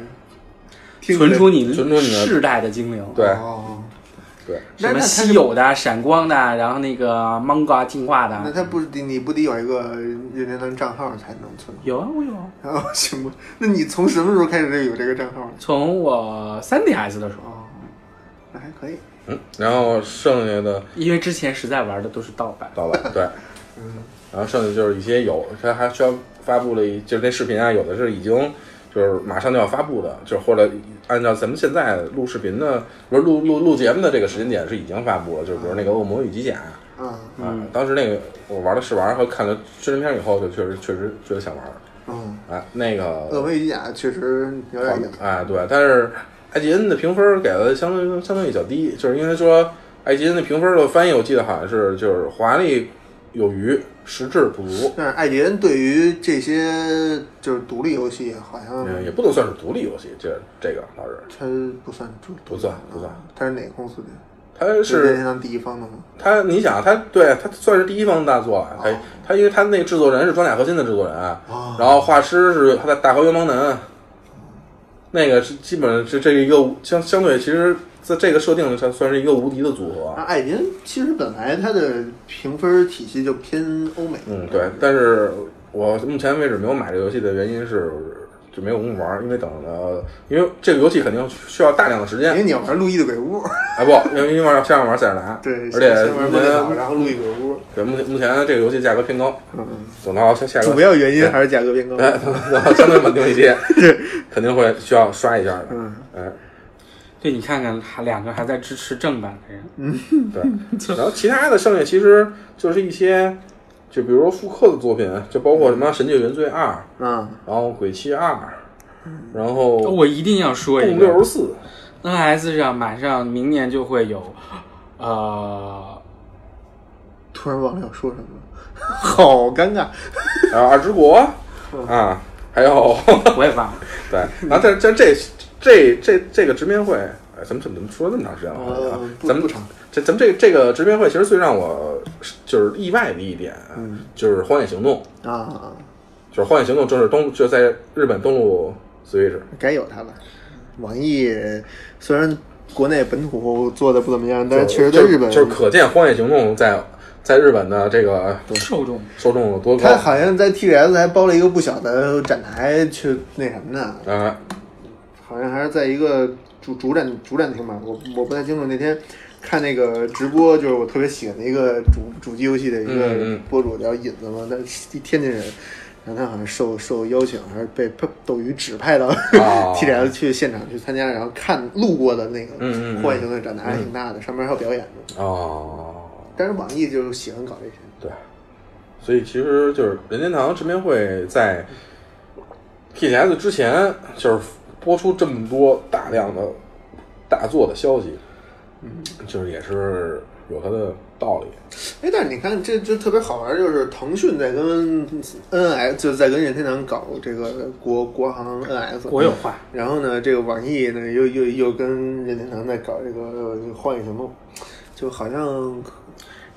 B: 听
D: 存
B: 着
D: 出你
C: 存储你的
D: 世代的精灵，
C: 对
B: 哦，
C: 对，
B: 那
D: 什
B: 那
D: 么
B: 它
D: 稀有的、啊闪光的，然后那个 manga 进化
B: 那
D: 的，啊
B: 他不得你不得有一个任天堂账号才能存？
D: 有啊，我有啊。
B: 然后行吧，那你从什么时候开始就有这个账号呢？
D: 从我 3DS 的时候，
B: 哦，那还可以。
C: 嗯，然后剩下的
D: 因为之前实在玩的都是盗版，
C: 到了，对，然后剩下就是一些有，它还需要发布了一，就是那视频啊，有的是已经就是马上就要发布的，就是或者按照咱们现在录视频的，不是录录录节目的这个时间点是已经发布了，就是比如那个《恶魔与机甲》
B: 嗯
C: 啊，当时那个我玩的试玩和看了宣传片以后，就确实确实觉得想玩，
B: 嗯，
C: 哎，那个
B: 恶魔与机甲确实有点硬。
C: 啊哎，对，但是艾吉恩的评分给了相对相对较低，就是因为说埃及那评分的翻译我记得好像是就是华丽有余，实质不足，
B: 但是艾迪恩对于这些就是独立游戏，好像
C: 嗯，也不能算是独立游戏，这这个倒是
B: 他不算主，
C: 不算不算，
B: 他是哪个公司的？
C: 它
B: 任天
C: 是
B: 堂第一方的吗？
C: 它，你想它对它算是第一方大作啊，它它因为它那制作人是装甲核心的制作人，啊然后画师是他的大河原邦男，啊那个是基本是这一个相相对其实在这个设定上算是一个无敌的组合啊
B: 那，艾迪恩其实本来他的评分体系就偏欧美，
C: 嗯，对，但是我目前为止没有买这个游戏的原因是就没有功夫玩，因为等着，因为这个游戏肯定需要大量的时
B: 因
C: 间
B: 为。你要玩《路易的鬼
C: *laughs*
B: 屋》，
C: 哎不，因为因为玩下面玩塞尔达，
B: 对，
C: 而且
B: 先玩
C: 目
B: 莫内岛，
C: 前
B: 然后《路易鬼屋》，
C: 对目前目前这个游戏价格偏高，
B: 嗯，
C: 等到下下个
E: 主要原因还是价格变高。
C: 哎，然后相对稳定
B: *laughs*
C: 一些，肯定会需要刷一下的。
B: 嗯，
C: 哎，
D: 对你看看，还两个还在支持正版的人，
C: 对。然后其他的剩下其实就是一些，就比如说复刻的作品，就包括什么《神界原罪二》， *laughs*
B: 嗯，
C: 然后《鬼泣二》，然后《
D: 我一定要说一
C: 动
D: 个
C: 六十四
D: NS 上马上明年就会有，呃，
B: 突然忘了要说什么了，好尴尬。》，
C: 然后《二之国》啊，还有
D: 我也忘了，
C: 对，然后但但这这这这个直面会，哎，咱们怎么怎么说那么长时间了？啊
B: 呃，不
C: 咱们
B: 不长
C: 这咱们这这个直面会，其实最让我就是意外的一点，啊
B: 嗯
C: 就是《荒野行动》。
B: 啊，
C: 就是《荒野行动》正式登就在日本登陆 Switch，
B: 该有它了。网易虽然国内本土做的不怎么样，但是呃确实对
C: 就
B: 日本，
C: 就是可见《荒野行动》在在日本的这个
D: 受众
C: 受众有多高。
B: 他好像在 TGS 还包了一个不小的展台去那什么呢？
C: 呃，
B: 好像还是在一个主主展主展厅吧，我我不太清楚。那天看那个直播，就是我特别喜欢的一个主主机游戏的一
C: 嗯
B: 个
C: 嗯
B: 博主叫尹子嘛，他是天津人，然后他好像受受邀请，还是被斗鱼指派到 *laughs*
C: 啊
D: 哦
B: TGS 去现场去参加，然后看路过的那
C: 嗯嗯
B: 个
C: 嗯
B: 户外型的展台还挺大的，上面还有表演的。
C: 哦，
B: 但是网易就是喜欢搞这些，
C: 对，所以其实就是任天堂直面会在 TGS 之前，就是播出这么多大量的大作的消息，
B: 嗯
C: 就是也是有它的道理。
B: 哎，但是你看，这这特别好玩儿，就是腾讯在跟 NS，就是在跟任天堂搞这个国国行 NS
D: 国有化。
B: 然后呢，这个网易呢又又又跟任天堂在搞这个呃荒野行动，就好像
D: 嗯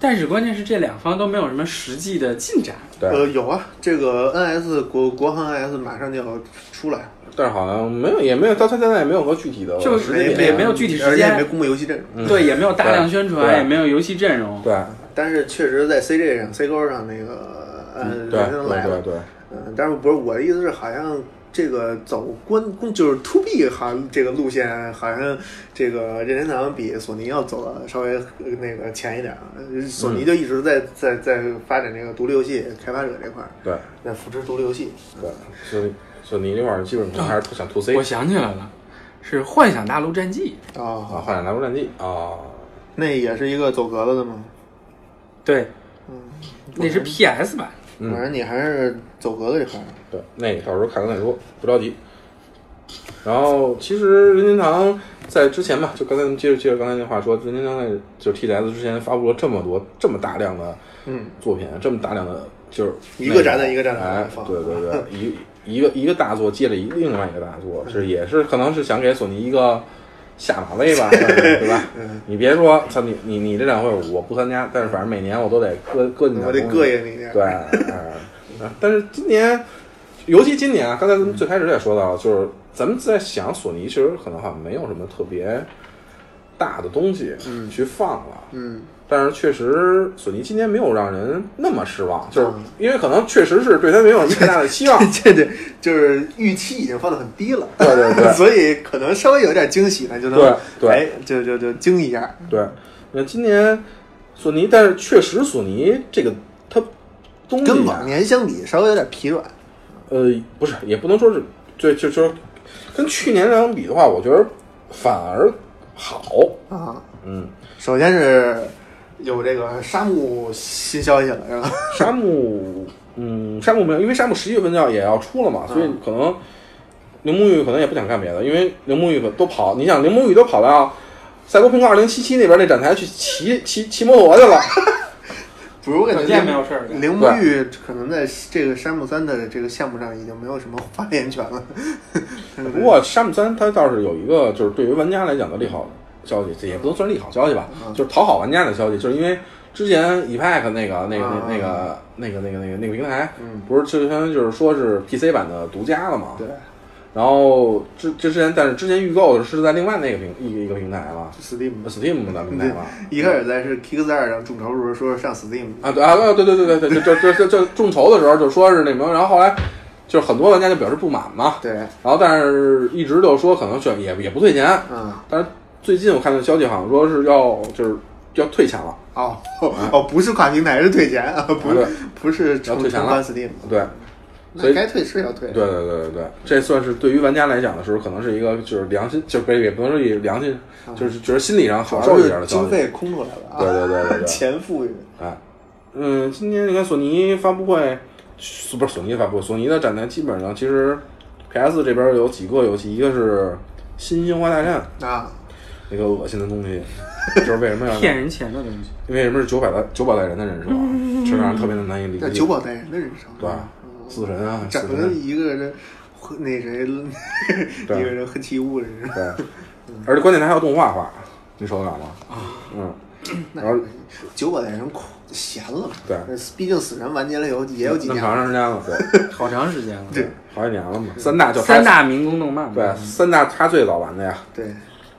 D: 但是关键是这两方都没有什么实际的进展。
C: 对，
B: 呃有啊，这个 NS 国国行 NS 马上就要出来，
C: 但是好像没有，也没有到它现在也没有个具体的
D: 就
C: 时
D: 没
C: 间
D: 没
C: 点。
D: 没有具体时
B: 而且也
D: 间
B: 没公布游戏阵容。
D: 嗯对，也没有大量宣
C: 对
D: 传，也没有游戏阵容。
C: 对，
B: 但是确实在 CJ 上 C 勾上那个呃任
C: 对
B: 天堂来
C: 对
B: 了，
C: 对，
B: 嗯，但是不是我的意思是，好像这个走关公就是 to B 好像这个路线，好像这个任天堂比索尼要走的稍微呃那个前一点啊。呃索
C: 嗯
B: 尼就一直在、在在发展这个独立游戏开发者这块儿，
C: 对
B: 在扶持独立游戏。
C: 对，所以所以你那块儿基本上还是想 to C
D: 我想起来了，是《幻想大陆战记
C: 啊，
B: 哦，
C: 幻想大陆战记啊，
B: 那也是一个走格子的吗？》，
D: 对，嗯那是 PS 版。
C: 嗯
B: 反正你还是走格子这块儿。
C: 对，那个到时候看看再说，不着急。然后其实任天堂在之前吧，就刚才咱们接着接着刚才那话说，任天堂在就是 TGS 之前发布了这么多这么大量的
B: 嗯
C: 作品，这么大量的就是
B: 一个展览
C: 内容
B: 一个展览
C: 哎
B: 放
C: 对对对，一一个一个大作接着一个另外一个大作，就是
B: 嗯
C: 也是可能是想给索尼一个下马威
B: *laughs*
C: 吧，对吧？
B: 嗯
C: 你别说，操你你你这展会我不参加，但是反正每年我都得搁搁进点
B: 我得
C: 东西
B: 膈应你一点
C: 嗯对，嗯但是今年，尤其今年啊，刚才咱们最开始也说到了，就是咱们在想索尼，其实可能好像没有什么特别大的东西去放了，
B: 嗯，。
C: 但是确实索尼今年没有让人那么失望，就是因为可能确实是对他没有什么太大的期望
B: 这这就是预期已经放得很低了，
C: 对对对
B: 所以可能稍微有点惊喜呢，就能
C: 对对
B: 哎，就就就惊一下。
C: 对，那今年索尼，但是确实索尼这个它东西啊
B: 跟往年相比稍微有点疲软。
C: 呃，不是，也不能说是，就就就是跟去年相比的话，我觉得反而好。
B: 啊，
C: 嗯，
B: 首先是有这个沙漠新消息了，是吧？
C: 沙漠，嗯，沙漠没有，因为沙漠十一月份就要也要出了嘛，所以可能铃木玉可能也不想干别的，因为铃木玉可都跑，你想铃木玉都跑到啊赛博朋克二零七七那边那展台去骑骑骑摩托去了。
B: 不是我感
D: 可
B: 觉
D: 见没
B: 铃
D: 有事儿。
B: 铃木玉可能在这个山姆三的这个项目上已经没有什么发言权了。
C: 不过山姆三它倒是有一个，就是对于玩家来讲的利好消息，这也不能算利好消息吧，就是讨好玩家的消息，就是因为之前 EPAC 那个那
B: 啊
C: 个那那个那个那个那个那个平台，不是就相当于就是说是 PC 版的独家了嘛？
B: *laughs* 嗯对。
C: 然后之之前，但是之前预购的是在另外那个平一个一个平台了
B: Steam
C: ，Steam 的平台了。
B: 一开始在是 Kickstarter 上众筹时候说上 Steam，
C: 啊，对啊，啊对对对对对，就就就就众筹的时候就说是那什么，然后后来就是很多玩家就表示不满嘛，
B: 对，
C: 然后但是一直就说可能选也也不退钱，
B: 嗯，
C: 但是最近我看到消息好像说是要就是要退钱了，
B: 哦哦，不是跨平台，是退钱啊，不
C: 对
B: 是不是
C: 嗯要
B: 重
C: 退钱
B: 重
C: 了
B: 翻 Steam，
C: 对，所
B: 那
C: 以
B: 该退是要退，
C: 对对对对对，这算是对于玩家来讲的时候，可能是一个就是良心，就是也不能说也良心，就是觉得心理上
B: 主
C: 好受
B: 要
C: 一点
B: 啊是
C: 的消
B: 经
C: 息，
B: 费空出来了
C: 对
B: 啊，
C: 对对对对，
B: 钱富裕，
C: 哎，嗯，今天你看索尼发布会，索不是索尼发布会，索尼的展台基本上其实 PS 这边有几个游戏，一个是《新樱花大战》
B: 啊，
C: 那个恶心的东西，就是为什么要
D: 骗人钱的东西，
C: 为什么是九百代九百代人的人
D: 嗯
C: 设啊，这让人特别的难以理
B: 那
C: 解。
B: 九保代人的人生，
C: 对吧，死神啊，死
B: 整的
C: 神，
B: 一个人和那谁， *laughs* 一
C: 对
B: 个人恨其物人，
C: 对，
B: 嗯
C: 而且关键它还有动画化，你手感吗？嗯，
B: 那
C: 然后
B: 九保代人苦闲了，
C: 对，
B: 毕竟死神完结了以后也有几
C: 那么
B: 年，
C: 长时间了，对，
D: *laughs*
B: *laughs*
D: 好长时间了。
C: 对，好几年了嘛。三大就
D: 三大民工动漫，
C: 对，三大他最早玩的呀，
B: 对，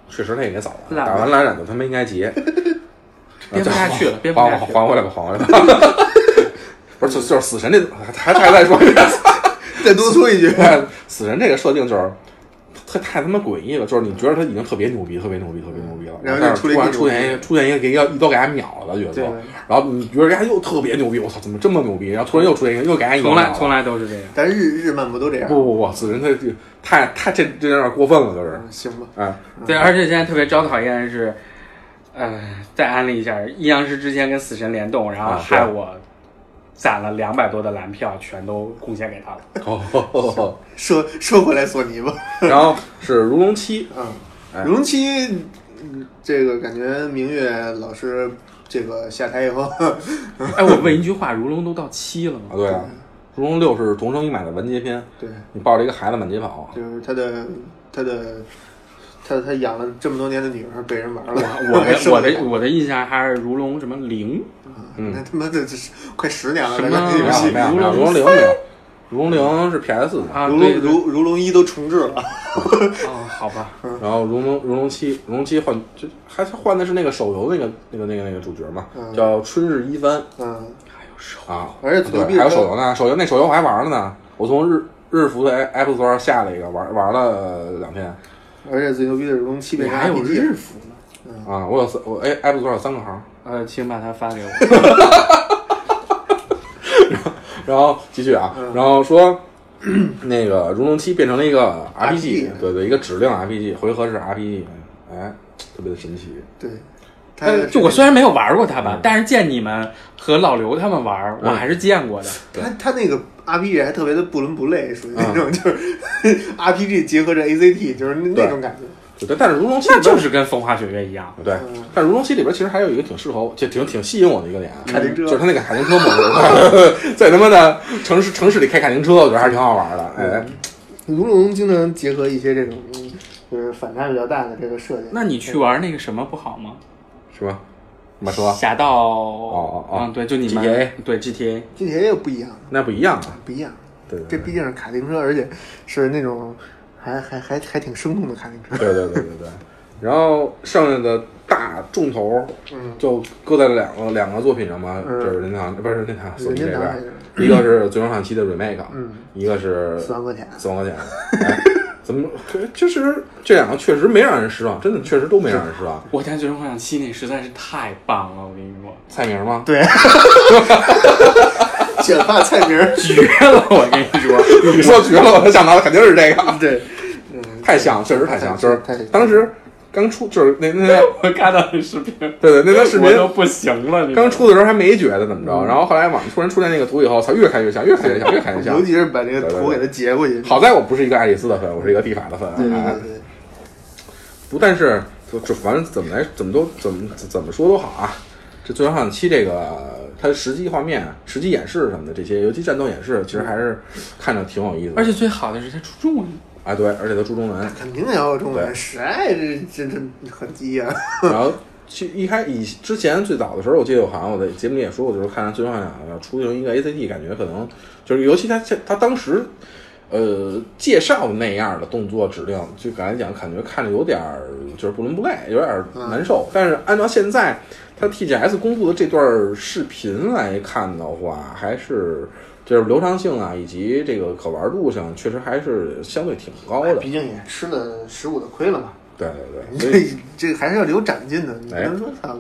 C: 确实他也给早了，
D: 懒
C: 打完蓝染的他们应该急，
D: 编不下去 *laughs* 了，编不
C: 还
D: 下
C: 我
D: 去
C: 还回来吧，还回来吧。 *laughs* 不是，就就是死神这还还再说一遍，
B: 再多说一句，
C: 哎 *laughs* 死神这个设定就是太太他妈诡异了，就是你觉得他已经特别牛逼，特别牛逼，特别牛逼了，
B: 然后就
C: 但是
B: 出了
C: 突
B: 一
C: 然
B: 个
C: 出现一个出现一个给要一刀给他秒了的角色，然后你觉得人哎家又特别牛逼，我操，怎么这么牛逼？然后突然又出现一个又给他一刀
D: 从
C: 秒
D: 来
C: 了
D: 从来都是这样。
B: 但是日日漫不都这样？
C: 不不不，死神他这太太这这有点过分了，就是
B: 行吧， *laughs*
C: 哎，
D: 对，而且现在特别招讨厌的是，呃，再安利一下，阴阳师之前跟死神联动，然后
C: 啊
D: 害我攒了两百多的蓝票，全都贡献给他 *laughs* 了。
C: 哦， *laughs*
B: 说说回来索尼吧，
C: 然后是如龙七，
B: 嗯
C: 哎，
B: 如龙七，嗯这个感觉明月老师这个下台以后， *laughs*
D: 哎，我问一句话，如龙都到七了
C: 啊
D: 吗？
C: 对啊，如龙六是同生一买的完结篇，
B: 对，
C: 你抱着一个孩子满街跑，
B: 就是他的他的他他养了这么多年的女儿被人玩了，
D: 啊我 *laughs*
B: 还
D: 的
B: 受
D: 我
B: 不了
D: 的我的印象还是如龙什么零
B: 那他妈的这是快十年了，
D: 什么
B: 那个游
C: 没有
B: 戏
C: 没有没有，如龙零没有，如龙零是 PS 的，
D: 啊，
B: 如
D: 对
B: 龙如如龙一都重置了，
D: 哦，好吧，
C: 然后如龙如龙七如龙七换就还换的是那个手游那个那个那个那个主角嘛，叫春日一番
B: 嗯，
C: 啊，
B: 而且
C: 对
B: 隔壁
C: 还有
B: 是
C: 手游呢，手游那手游我还玩了呢，我从日日服的 App Store 下了一个玩玩了两天
B: 而且最牛逼的是龙七
D: 你
B: 变成
D: 还有
B: RPG
D: 日
B: 了，
D: 服呢？
C: 啊，我有三我哎 App Store 有三个行，
D: 呃，请把它发给我。 *laughs*
C: 然后继续啊，然后说。 *coughs* 那个《如龙七》变成了一个 RPG，
B: RPG
C: 对对，一个指令 RPG，回合式 RPG，哎，特别的神奇。
B: 对，他
D: 呃， *laughs* 就我虽然没有玩过它吧，但是见你们和老刘他们玩，我还是见过的。
B: 他他那个 RPG 还特别的不伦不类，属于
D: 嗯
B: 那种就是 *laughs* RPG 结合着 ACT，就是那
C: 对
B: 那种感觉。
C: 对，但但是《如龙七》
D: 那就是跟风花雪月一样，
C: 对，但《如龙七》里边其实还有一个挺适合我，就挺挺吸引我的一个点，啊
B: 卡丁车
C: 就是他那个卡丁嗯车模式，在他妈的城市城市里开卡丁车，我觉得还是挺好玩的。哎，
B: 如龙经常结合一些这种嗯就是反差比较大的这个设计。
D: 那你去玩那个什么不好吗？
C: 什么马车？
D: 侠盗
C: 哦
D: 哦
C: 哦
D: 嗯，对，就你们
C: GTA
D: 对 GTA，
B: 这些也不一样，
C: 那不一样啊。
B: 不一样。
C: 对
B: 这
C: 对
B: 毕竟是卡丁车，而且是那种还还还还挺生动的卡丁车。
C: 对对对对对。然后剩下的大重头，就搁在了两个两个作品上嘛，就是任天堂不嗯是任天堂嗯索尼这
B: 任天堂
C: 边，一个是《最终幻想七》的 remake，一啊个是
B: 四万块钱
C: 四万块钱。哎怎么？就是这两个确实没让人失望，真的确实都没让人失望。
D: 我家最终幻想七那实在是太棒了，我跟你
C: *laughs*
D: 说，
C: 蔡明吗？
B: 对，卷发菜名
C: *laughs*
B: 儿，
D: 绝了，我跟你说，
C: 你说绝了，我才想到的肯定是这
D: 嗯
C: 个，
B: *laughs* 对，
C: 太像，确实太像，
B: 太
C: 就是
B: 太
C: 当时刚出，就是那那那
D: 我看到那视频，
C: 对对那段视
D: 我都
C: 频
D: 不行了，你
C: 刚出的时候还没觉得怎么着，然后后来网上突然出现那个图以后，才越看越像，越看越像，越看越像
D: *laughs*
B: 尤。其是把这个图给它截过去。
C: 好在我不是一个爱丽丝的粉，我是一个蒂法的粉，
B: 对对
C: 哎
B: 对对，
C: 啊不，但是就这反正怎么来怎么都怎么怎么说都好啊。这《最终幻想七》这个它实际画面、实际演示什么的这些，尤其战斗演示，其实还是看着挺有意思的。
D: 而且最好的是它出啊中文，
C: 哎对，而且它注重文，
B: 肯定要有中
C: 对
B: 文，实在这这这很低啊呀、
C: 然后其实一开以之前最早的时候，我记得我好像我在节目里也说过，就是看《最终幻想》要出行一个 ACT，感觉可能就是尤其他他当时呃介绍的那样的动作指令，就感觉讲感觉看着有点儿就是不伦不类，有点儿难受。但是按照现在他 TGS 公布的这段视频来看的话，还是。就是流畅性啊，以及这个可玩度上，确实还是相对挺高的。
B: 毕竟也吃了食物的亏了嘛。
C: 对对对，所以
B: 这这还是要留长进的，你不
C: 哎
B: 能说操，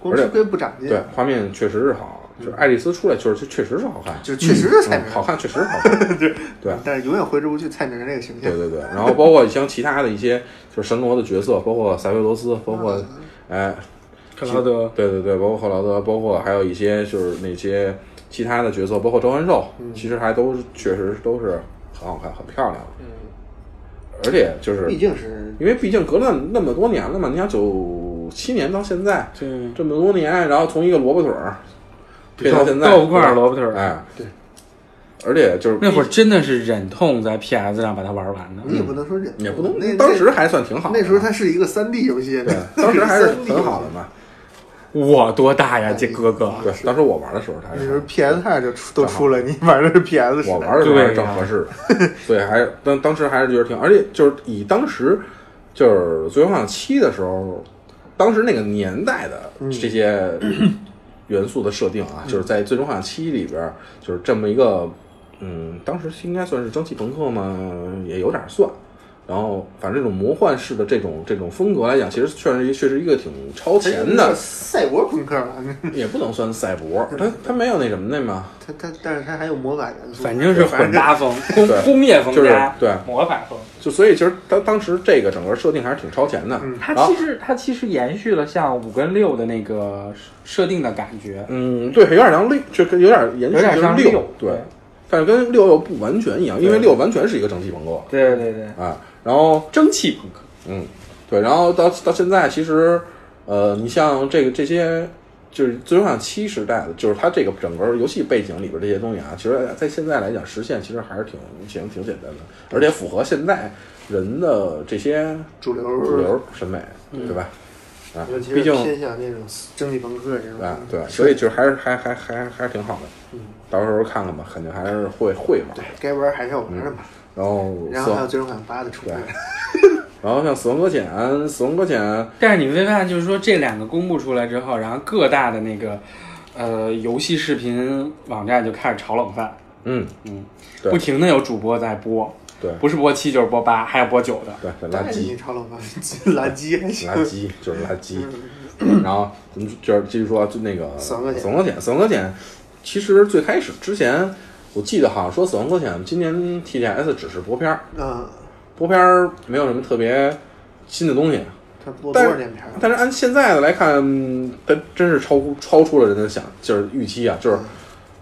B: 光
C: 而且
B: 吃亏不长进。
C: 对，画面确实是好，就是爱丽丝出来就是确实是好看，
B: 就确实是菜
C: 嗯
B: 名，
C: 好看确实好看，对
B: 但是永远挥之不去菜名这个形象
C: 对。对对。然后包括像其他的一些就是神罗的角色，包括塞维罗斯，包括哎，
D: 克劳德
C: 对对对，包括赫劳德，包括还有一些就是那些其他的角色，包括召唤兽，其实还都是确实都是很好看，很漂亮。嗯，而且就是
B: 毕竟是
C: 因为毕竟隔了那么多年了嘛，你想九七年到现在，
D: 对
C: 这么多年，然后从一个萝卜腿儿变到现在
D: 豆腐块儿萝卜腿儿
C: 哎，对。而且就是
D: 那会儿真的是忍痛在 PS 上把它玩完的。
B: 你也不能说忍，
C: 嗯也不能，
B: 那
C: 当时还算挺好的，
B: 那时候它是一个三 D 游戏， *laughs*
C: 对，当时还是
B: 3D
C: 很好的嘛。
D: 我多大呀，这哥哥？
C: 对，当时我玩的时候它
E: 那时候
C: 是，
E: PS 二就出都出了，你玩的是 PS 时代
C: 我玩的时候还是
D: 对
C: 正
D: 呀
C: 合适的， *laughs* 所以还是当当时还是觉得挺，而且就是以当时就是《最终幻想七》的时候，当时那个年代的这些 *laughs* 元素的设定啊，就是在《最终幻想七》里边儿，就是这么一个，嗯，当时应该算是蒸汽朋克嘛，也有点儿算。然后，反正这种魔幻式的这种这种风格来讲，其实确实确实一个挺超
B: 它是
C: 前
B: 一
C: 的
B: 个，赛博朋克吧？
C: 也不能算赛博，它它没有那什么的嘛，
B: *laughs* 它它但是它还有魔法元素，
D: 反正是混搭风，工
C: 对
D: 工业风
C: 就是
D: 加
C: 对
D: 魔法风。
C: 就所以其实当当时这个整个设定还是挺超前的。
D: 它
C: 然后
D: 其实它其实延续了像五跟六的那个设定的感觉，
C: 嗯，对，有点像六，就跟有点延续
D: 有点像
C: 就是
D: 六
C: 对
D: 对，
C: 但是跟六又不完全一样，因为六完全是一个蒸汽朋克
D: 对对对，
C: 啊。然后
D: 蒸汽朋克。
C: 嗯，对，然后到到现在其实，呃，你像这个这些。就是《最终幻想七》时代的，就是它这个整个游戏背景里边这些东西啊，其实在现在来讲实现其实还是挺挺挺简单的，而且符合现在人的这些
B: 主流
C: 主流审美，
D: 嗯
C: 对吧？啊
B: 尤其，是
C: 毕竟
B: 偏向那种蒸汽朋克这种。
C: 啊，对，所以就是还是还还还还是挺好的。
B: 嗯
C: 到时候看看吧，肯定还是会会玩。
B: 该玩还是要玩的嘛。
C: 然后
B: 然
C: 死
B: 后还
C: 亡
B: 有最终幻想八的出 *laughs*
C: 嗯对
B: 现，
C: 然后像《死亡搁浅》，《死亡搁浅》
D: 但是你会发现，就是说这两个公布出来之后，然后各大的那个呃游戏视频网站就开始炒冷饭，
C: 嗯，对
D: 不停的有主播在播，
C: 对
D: 不是播七就是播八，还有播九的。
C: 对，这垃
B: 但是
C: 圾
B: 你超了吗？垃圾还行
C: 垃。圾就是垃圾。 *clears throat* 然后咱们就是继续说，就那个《
B: 嗯死亡搁浅
C: 死亡搁浅》，《死亡搁浅》其实最开始之前，我记得好像说《死亡搁浅》今年 TGS 只是播片儿，
B: 嗯，
C: 播片儿没有什么特别新的东西。
B: 它播多
C: 但
B: 少
C: 是
B: 年片儿？
C: 但是按现在的来看，嗯它真是超乎超出了人的想，就是预期啊，就是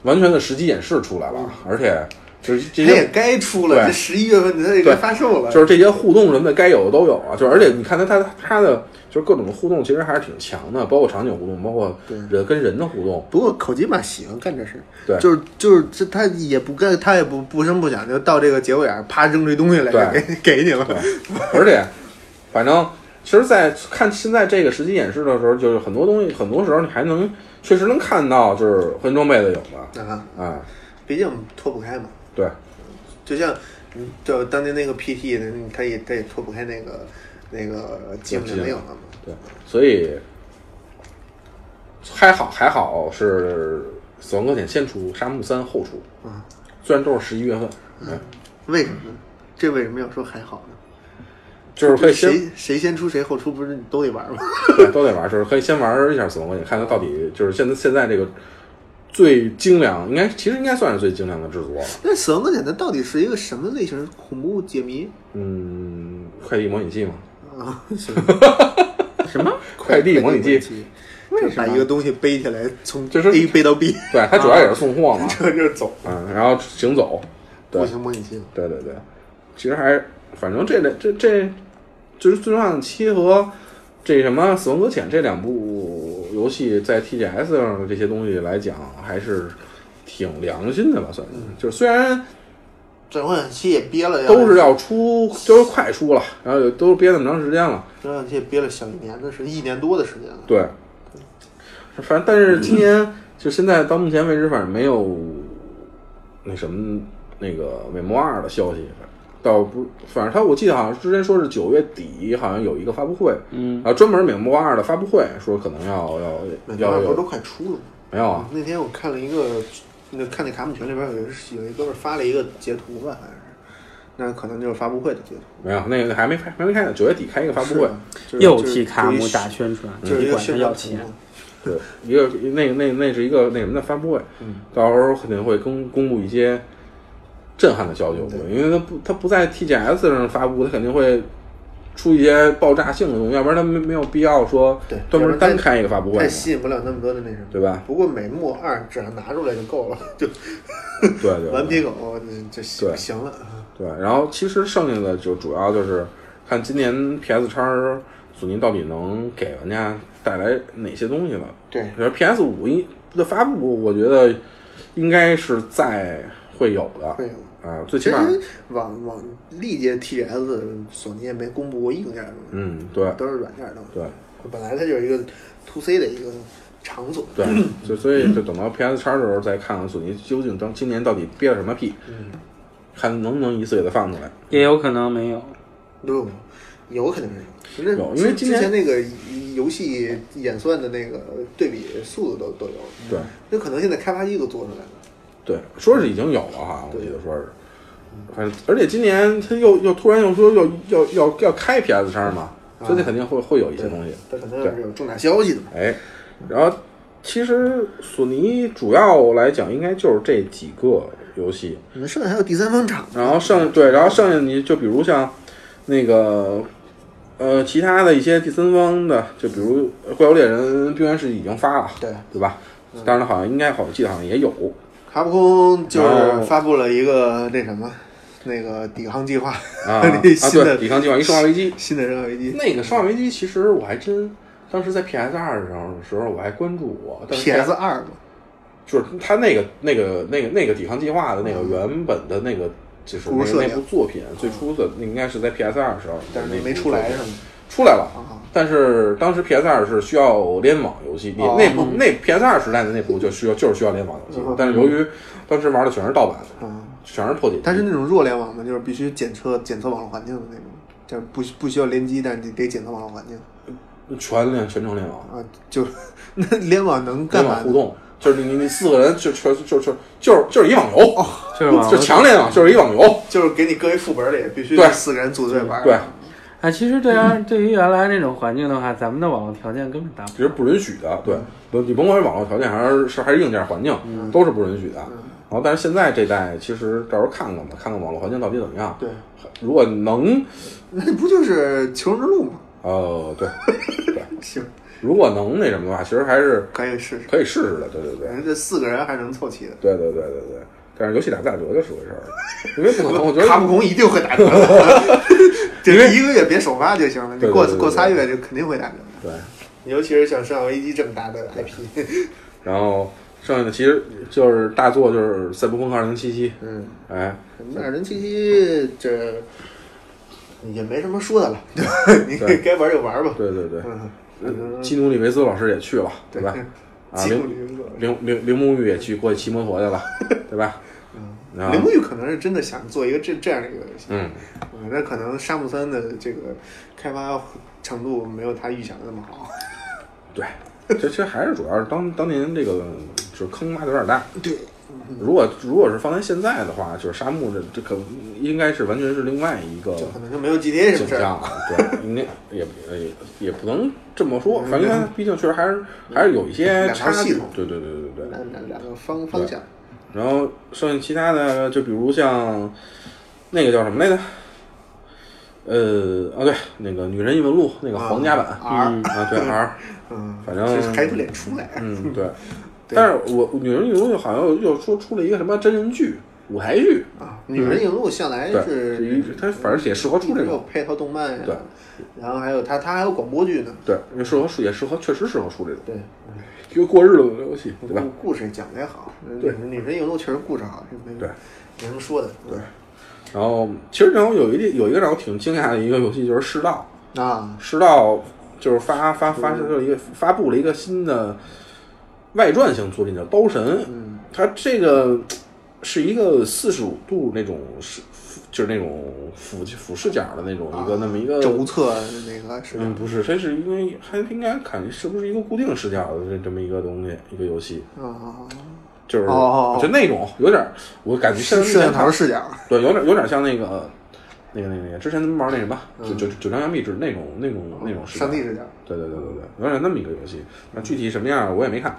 C: 完全的实际演示出来了，而且就是这
B: 它也
C: 些
B: 该出了，
C: 对
B: 这十一月份它也该
C: 对
B: 发售了。
C: 就是这些互动什么的该有的都有啊，就是而且你看它它它的就是各种的互动其实还是挺强的，包括场景互动，包括人跟人的互动，
B: 不过口基玛喜欢干这事儿，
C: 对
B: 就是就是这他也不干，他也不不声不响，就到这个节骨眼儿，啪扔出一东西来，
C: 对
B: 给 *laughs* 给你了。
C: 而且反正其实，在看现在这个实际演示的时候，就是很多东西，很多时候你还能确实能看到就是换装备的影子
B: 啊，
C: 啊，
B: 毕竟脱不开嘛，
C: 对，
B: 就像嗯就当年那个 PT，嗯他也他也脱不开那个那个寂寞的影了嘛。
C: 对，所以还好还好是《死亡搁浅》先出，《沙漠三》后出。
B: 嗯，
C: 虽然都是十一月份，嗯，
B: 为什么呢？这为什么要说还好呢？
C: 就是可以先
B: 谁谁先出谁后出，不是你都得玩吗？ *laughs*
C: 对都得玩，就是可以先玩一下《死亡搁浅》，看它到底就是现在现在这个最精良，应该其实应该算是最精良的制作了。
B: 那《死亡搁浅》它到底是一个什么类型恐怖解谜？
C: 嗯，快递模拟器嘛，
B: 啊，
C: *laughs*
B: 是
D: 什么？
C: 快递模拟器，，
B: 为什么把一个东西背起来，从
C: 就是
B: A 背到 B，
C: 对，它主要也是送货嘛，
B: 这就是走
C: 嗯，然后行走，对
B: 步，行模拟器嘛。
C: 对对对，其实还是反正这类这这就是《最终幻想七》和《这什么《死亡搁浅》这两部游戏在 TGS 上的这些东西来讲，还是挺良心的吧，算是。就是虽然
B: 转换期也憋了，
C: 都是要出，都是快出了，然后也都憋那么长时间了，
B: 转换期也憋了小一年的时间，一年多的时间了。
C: 对。反正但是今年就现在到目前为止，反正没有那什么那个《美魔二》的消息。倒不，反正他我记得好像之前说是九月底，好像有一个发布会，
D: 嗯，
C: 啊，专门《美魔二》的发布会，说可能要
B: 美国
C: 要要
B: 不是都
C: 有
B: 快出了吗？
C: 没有啊？
B: 那天我看了一个，那看那卡姆群里边有一有一哥们儿发了一个截图吧，好像是，那可能就是发布会的截图。
C: 没有，那个还没开，还没开呢。九月底开一个发布会
B: 是，啊吧就是
D: 又
B: 就是
D: 替卡姆
B: 就是一
D: 打宣传，
B: 就是一
D: 你
B: 个
D: 管他
B: 宣
D: 要
B: 传
D: 钱
B: 图。嘛
C: 对，一个那个那那是一个那什么的发布会，到时候肯定会公公布一些震撼的消息，我觉得，因为它不它不在 TGS 上发布，它肯定会出一些爆炸性的东西，要不然它没没有必要说
B: 对
C: 专门
B: 要不然
C: 单
B: 它
C: 开一个发布会
B: 太
C: 嘛，
B: 吸引不了那么多的那什么。
C: 对吧？
B: 不过美目二只要拿出来就够了，就
C: 对对对
B: 顽皮狗嗯就行
C: 对
B: 行了啊。
C: 对，然后其实剩下的就主要就是看今年 PS 叉索尼到底能给玩家带来哪些东西了。
B: 对
C: 比如 PS 五一的发布，我觉得应该是在会有的，
B: 会有
C: 啊，最
B: 其
C: 起码，
B: 实往往历届 TGS 索尼也没公布过硬件的东西，
C: 嗯，对
B: 都是软件的东西。
C: 对
B: 本来它就是一个 to C 的一个场所。
C: 对，就所以就等到 PS 叉的时候再看看索尼究竟当今年到底憋了什么屁，看能不能一次给它放出来。
D: 也有可能没有。
B: 不不，有肯定是有。其实
C: 有因为
B: 之
C: 今
B: 之
C: 年
B: 前那个游戏演算的那个对比数字都都有，
C: 对
B: 那可能现在开发机都做出来了。
C: 对，说是已经有了哈，我记得说是。反正，而且今年他又又突然又说要要要要开 PS 叉嘛，所以它肯定会会有一些东西。
B: 它肯定是有重大消息的嘛。
C: 哎，然后其实索尼主要来讲应该就是这几个游戏，
B: 你们剩下还有第三方厂，
C: 然后剩对，然后剩下你就比如像那个呃其他的一些第三方的，就比如《怪物猎人》《冰原世纪》已经发了，
B: 对
C: 对吧？当然好像应该好，我记得好像也有，
B: 卡普空就
C: 然后
B: 是发布了一个那什么，那个抵抗计划 *laughs*
C: 啊啊，
B: 新
C: 对，
B: 的
C: 抵抗计划一生化危机。
B: 新的生化危机。
C: 那个《生化危机》其实我还真当时在 PS 二上的时候我还关注过但是
B: PS 二嘛，
C: 就是他那个那个那个那个抵抗计划的那个原本的那个就是
B: 故
C: 那
B: 事设
C: 个那
B: 定
C: 部作品最初的那应该是在 PS 二时候，
B: 但是
C: 那部
B: 没出来
C: 作
B: 是
C: 品
B: 吗？
C: 出来了
B: 啊，
C: 但是当时 PS 二是需要联网游戏，
B: 哦
C: 那部那 PS 二时代的那部就需要就是需要联网游戏
B: 嗯，
C: 但是由于当时玩的全是盗版，
B: 嗯，
C: 全是破解机，
B: 它是那种弱联网嘛，就是必须检测检测网络环境的那种，就是不不需要联机，但是得得检测网络环境
C: 全联全程联网，
B: 啊。就 *laughs* 那联网能干
C: 联
B: 嘛
C: 网
B: 呢？
C: 互动，就是你你你四个人就全就就就是就是一网
B: 哦
C: 游，
D: 就是网
C: 就
D: 络
C: 强联网，就是一网游，
B: 就是给你搁一副本里，必须
C: 对
B: 四个人组队玩。
C: 对，
D: 啊，其实对啊，对于原来那种环境的话，咱们的网络条件根本达不
C: 其实不允许的，对，
B: 嗯
C: 不你甭管是网络条件还是是还是硬件环境，都是不允许的。
B: 嗯
C: 然后，但是现在这代其实到时候看看吧，看看网络环境到底怎么样。
B: 对，
C: 如果能，
B: 那不就是求生之路吗？
C: 呃，对，
B: 行，
C: 如果能那什么的话，其实还是
B: 可以试试。
C: 可以试试的。对对对，
B: 反正这四个人还是能凑齐的。
C: 对对对对对。但是游戏打不打折就是回事儿，因为不可能，我觉得
B: 卡普空一定会
C: *laughs*
B: 打折的，这一个月别首发就行了，你
C: 对
B: 过
C: 对对对
B: 过仨月就肯定会打折的。
C: 对。
B: 尤其是像《生化危机》这么大的 IP，
C: 然后剩下的其实就是大作，就是《赛博朋克2077》。
B: 嗯，
C: 哎，
B: 二零七七这也没什么说的了，对吧？
C: 对
B: 你该玩就玩吧。
C: 对对对，
B: 嗯，
C: 嗯基努里维斯老师也去了，对吧？啊，
B: 基
C: 零
B: 努里维斯老师
C: 铃铃铃木玉也去过去骑摩托去
B: *laughs*
C: 了，对吧？然
B: 嗯
C: 后
B: 铃木玉可能是真的想做一个这这样的一个游戏，
C: 啊嗯，
B: 嗯，那可能沙漠三的这个开发程度没有他预想的那么好。
C: 对，这其实还是主要是当当年这个就是坑挖的有点大。
B: 对，
C: 如果如果是放在现在的话，就是沙漠这这可应该是完全是另外一个
B: 就可能就没有 GTA 什
C: 景
B: 么事儿。
C: 象了，对，应该也也也不能这么说，反正毕竟确实还是还是有一些
B: 两
C: 差
B: 套
C: 距
B: 系统，
C: 对对对对对。
B: 两两两个方方向，
C: 然后剩下其他的，就比如像那个叫什么来着？呃，啊对，那个《女神异闻录》那个
B: 啊
C: 皇家版
B: 嗯
C: 啊，对 R，嗯
B: 嗯，
C: 反正
B: 就是还不脸出来，
C: 嗯，对。但是我《女人异闻录》好像又说出了一个什么真人剧，舞台剧，
B: 啊，女人引路向来
C: 嗯对，
B: 哎是
C: 一它反正也适合出这
B: 有
C: 种，
B: 配套动漫呀，
C: 对，
B: 然后还有它它还有广播剧呢，
C: 对，也适合出，也适合，确实适合出这种，
B: 对，
C: 因为过日子的游戏，对吧
B: 故？故事也讲得也好，
C: 对
B: 女女人引路确实故事好，这没
C: 对
B: 没什么说的，
C: 然后其实让我有一地有一个让我挺惊讶的一个游戏就是《世道》，
B: 对啊，
C: 《世道》就是发发
B: 嗯
C: 发生了一个发布了一个新的外传型作品叫《刀神》，
B: 嗯
C: 它这个是一个四十五度那种是就是那种俯俯视角的那种一个、那么一个
B: 啊轴测那个是
C: 嗯，不是，它是因为还应该看是不是一个固定视角的这这么一个东西，一个游戏，
B: 啊，
C: 就是
B: 哦哦哦
C: 就那种有点儿，我感觉
B: 摄
C: 现
B: 摄
C: 在
B: 像头视角，
C: 对，有点有点像那个那个那个那个之前咱们玩那什么，九九九张羊壁纸那种那种那种视角
B: 嗯上帝视角，
C: 对对对对对，有点那么一个游戏。那具体什么样儿我也
B: *laughs*
C: 没看，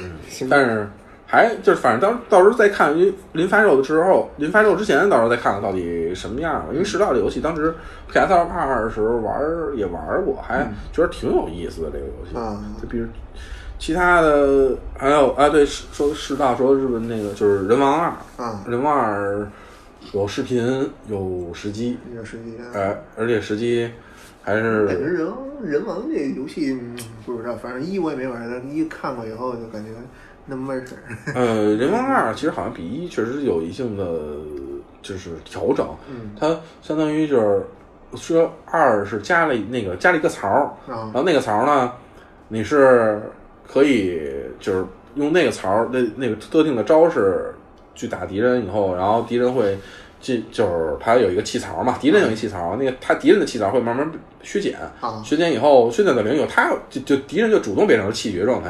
C: 嗯，但是还就是反正到到时候再看，因为临发售的时候，临发售之前到时候再看看到底什么样儿吧。因为《食道》这游戏当时 PS 二二的时候玩儿也玩儿过，还觉得挺有意思的这个游戏。
B: 嗯
C: 就比如其他的还有啊，对，说世道说日本那个就是《人王二》，
B: 嗯
C: 人王二》有视频有时机，
B: 这个是一个
C: 哎、而且时机还是
B: 感觉人人王这游戏嗯不知道，反正一我也没玩，但一看过以后就感觉那么回事儿。
C: 呃，《人王二》其实好像比一确实有一定的就是调整，它相当于就是说二是加了那个加了一个槽儿，
B: *laughs* 啊
C: 然后那个槽儿呢，你是可以就是用那个槽儿那那个特定的招式去打敌人以后，然后敌人会。进就是它有一个气槽嘛，敌人有一个气槽，那个他敌人的气槽会慢慢削减，
B: 啊
C: 削减以后削减到零以后，他就就敌人就主动变成了气绝状态，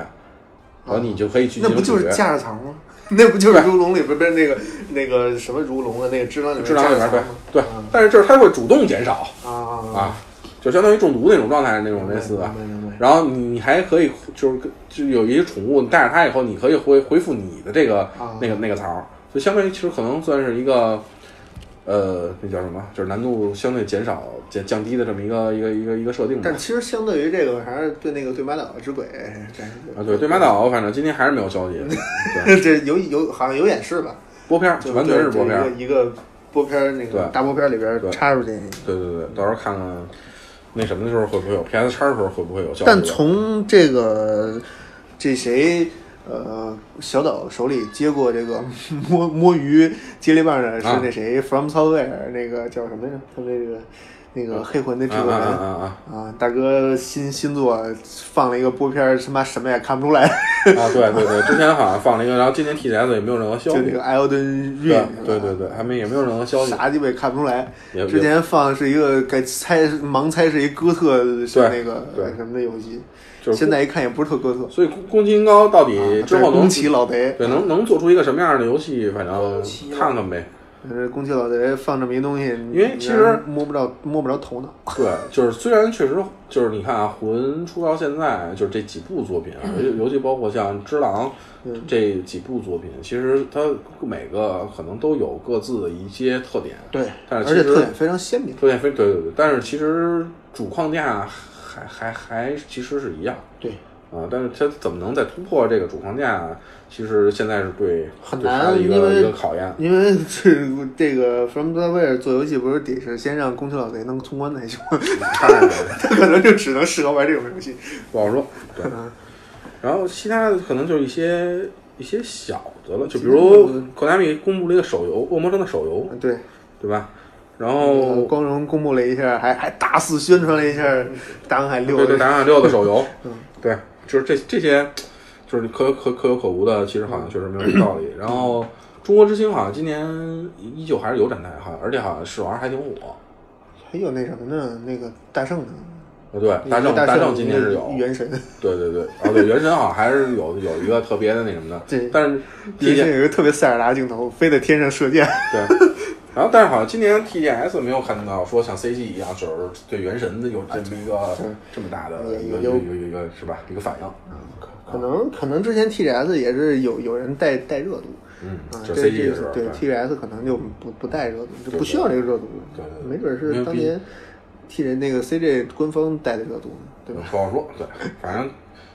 C: 然后你就可以去
B: 啊那
C: 进
B: 不
C: 行
B: 就
C: 解
B: 是
C: 决
B: 架势槽吗？ *laughs* 那不就是如龙里边不是那个那个什么如龙的那个智囊里面
C: 智囊里边
B: 架势槽
C: 对
B: 吗嗯
C: 对，但是就是它会主动减少
B: 啊
C: 啊，就相当于中毒那种状态那种类似的。
B: 明白明白
C: 然后你还可以就是跟就有一些宠物，你带着它以后，你可以恢恢复你的这个
B: 啊
C: 那个那个槽儿，就相当于其实可能算是一个呃那叫什么，就是难度相对减少降降低的这么一个一个一个一个设定吧
B: 但。其实相对于这个，还是对那个对马岛之鬼，
C: 啊，对，对马岛反正今天还是没有消息，
B: *laughs*
C: 对，
B: 这这有有好像有演示吧？
C: 播片儿
B: 就
C: 完全是播片儿
B: 就，一个一个播片儿那个
C: 对
B: 大播片儿里边
C: 对
B: 插入进去。
C: 对对对，到时候看看那什么的时候会不会有 PS 叉的时候会不会有消息吧。
B: 但从这个这谁呃小岛手里接过这个摸摸鱼接力棒的是
C: 啊
B: 那谁、From Software 那个叫什么呀？他那个那个黑魂的制
C: 啊
B: 作人
C: 啊啊啊啊！
B: 啊大哥新新作放了一个播片儿，他妈什么也看不出
C: *laughs*
B: 来，
C: 啊，对对对，之前好像放了一个，然后今年 TGS 也没有任何消
B: 就
C: 息
B: 那，个艾奥登运
C: 对，对对对，还没也没有任何消息，
B: 啥鸡巴也看不出来
C: 也。
B: 之前放是一个该猜盲猜是一哥特是那个
C: 对对
B: 什么的游戏，
C: 就是
B: 现在一看也不是特哥特。啊
C: 所以宫宫崎英高到底之后能
B: 宫崎老贼，
C: 对能能做出一个什么样的游戏，反正
D: 宫崎
C: 看看呗。
B: 呃，宫崎老贼放这么一东西，因
C: 为其实
B: 摸不着摸不着头脑。
C: 对，就是虽然确实就是你看啊，魂出到现在就是这几部作品啊，尤、尤其包括像《只狼》这几部作品，其实它每个可能都有各自的一些特点，
B: 对，
C: 但
B: 而
C: 是其
B: 且
C: 实嗯
B: 特点非常鲜明。
C: 特点非对对对，但是其实主框架还还还其实是一样。
B: 对，
C: 啊，但是它怎么能再突破这个主框架？其实现在是对
B: 很
C: 对
B: 难
C: 它的一
B: 因
C: 个
B: 为
C: 一个考验。
B: 因为这这个 From Software 做游戏不是得是先让宫崎老贼能通关才行，
C: 太
B: *laughs* 他可能就只能适合玩这种游戏。
C: 不好说。对，
B: 嗯
C: 然后其他的可能就是一些一些小的了，就比如 Konami 公布了一个手游《恶魔城》的手游，
B: 对，
C: 对吧？然
B: 呃
C: 后
B: 光荣公布了一下，还还大肆宣传了一下《大航海六嗯
C: 对》
B: *laughs*
C: 对，
B: 的
C: 打卡六的手游， *laughs* 对，就是这这些，就是可可可有可无的，其实好
B: 嗯
C: 像确实没有什么道理。然后中国之星好像今年依旧还是有展台，好像而且好像试玩还挺火。
B: 还有那什么呢？那个大圣呢？
C: 呃对，大圣
B: 大
C: 大圣今年是有，
B: 原
C: *laughs*
B: 神，
C: 对对对，啊对，原神好像还是有有一个特别的那什
B: *laughs*
C: 么的，
B: 对
C: 但是
B: 原
C: T
B: 神
C: G
B: 有一个特别塞尔达镜头，飞在天上射箭。
C: 对，然后但是好像今年 TGS 没有看到说像 CG 一样，就是对原神的有这么一个这么大的一个一个
B: 啊有
C: 一个一个是吧一个反应，嗯，
B: 可能可能之前 TGS 也是有有人带带热度，
C: 嗯
B: 啊，
C: 就
B: 这这
C: 是 CG 的时候，
B: 对 TGS 可能就不不带热度，就不需要这个热度了，
C: 对对对
B: 没准
C: 因为
B: 是当
C: 毕
B: 年 T 人那个 CJ 官方带的热度呢，对吧？
C: 不好说，对，反正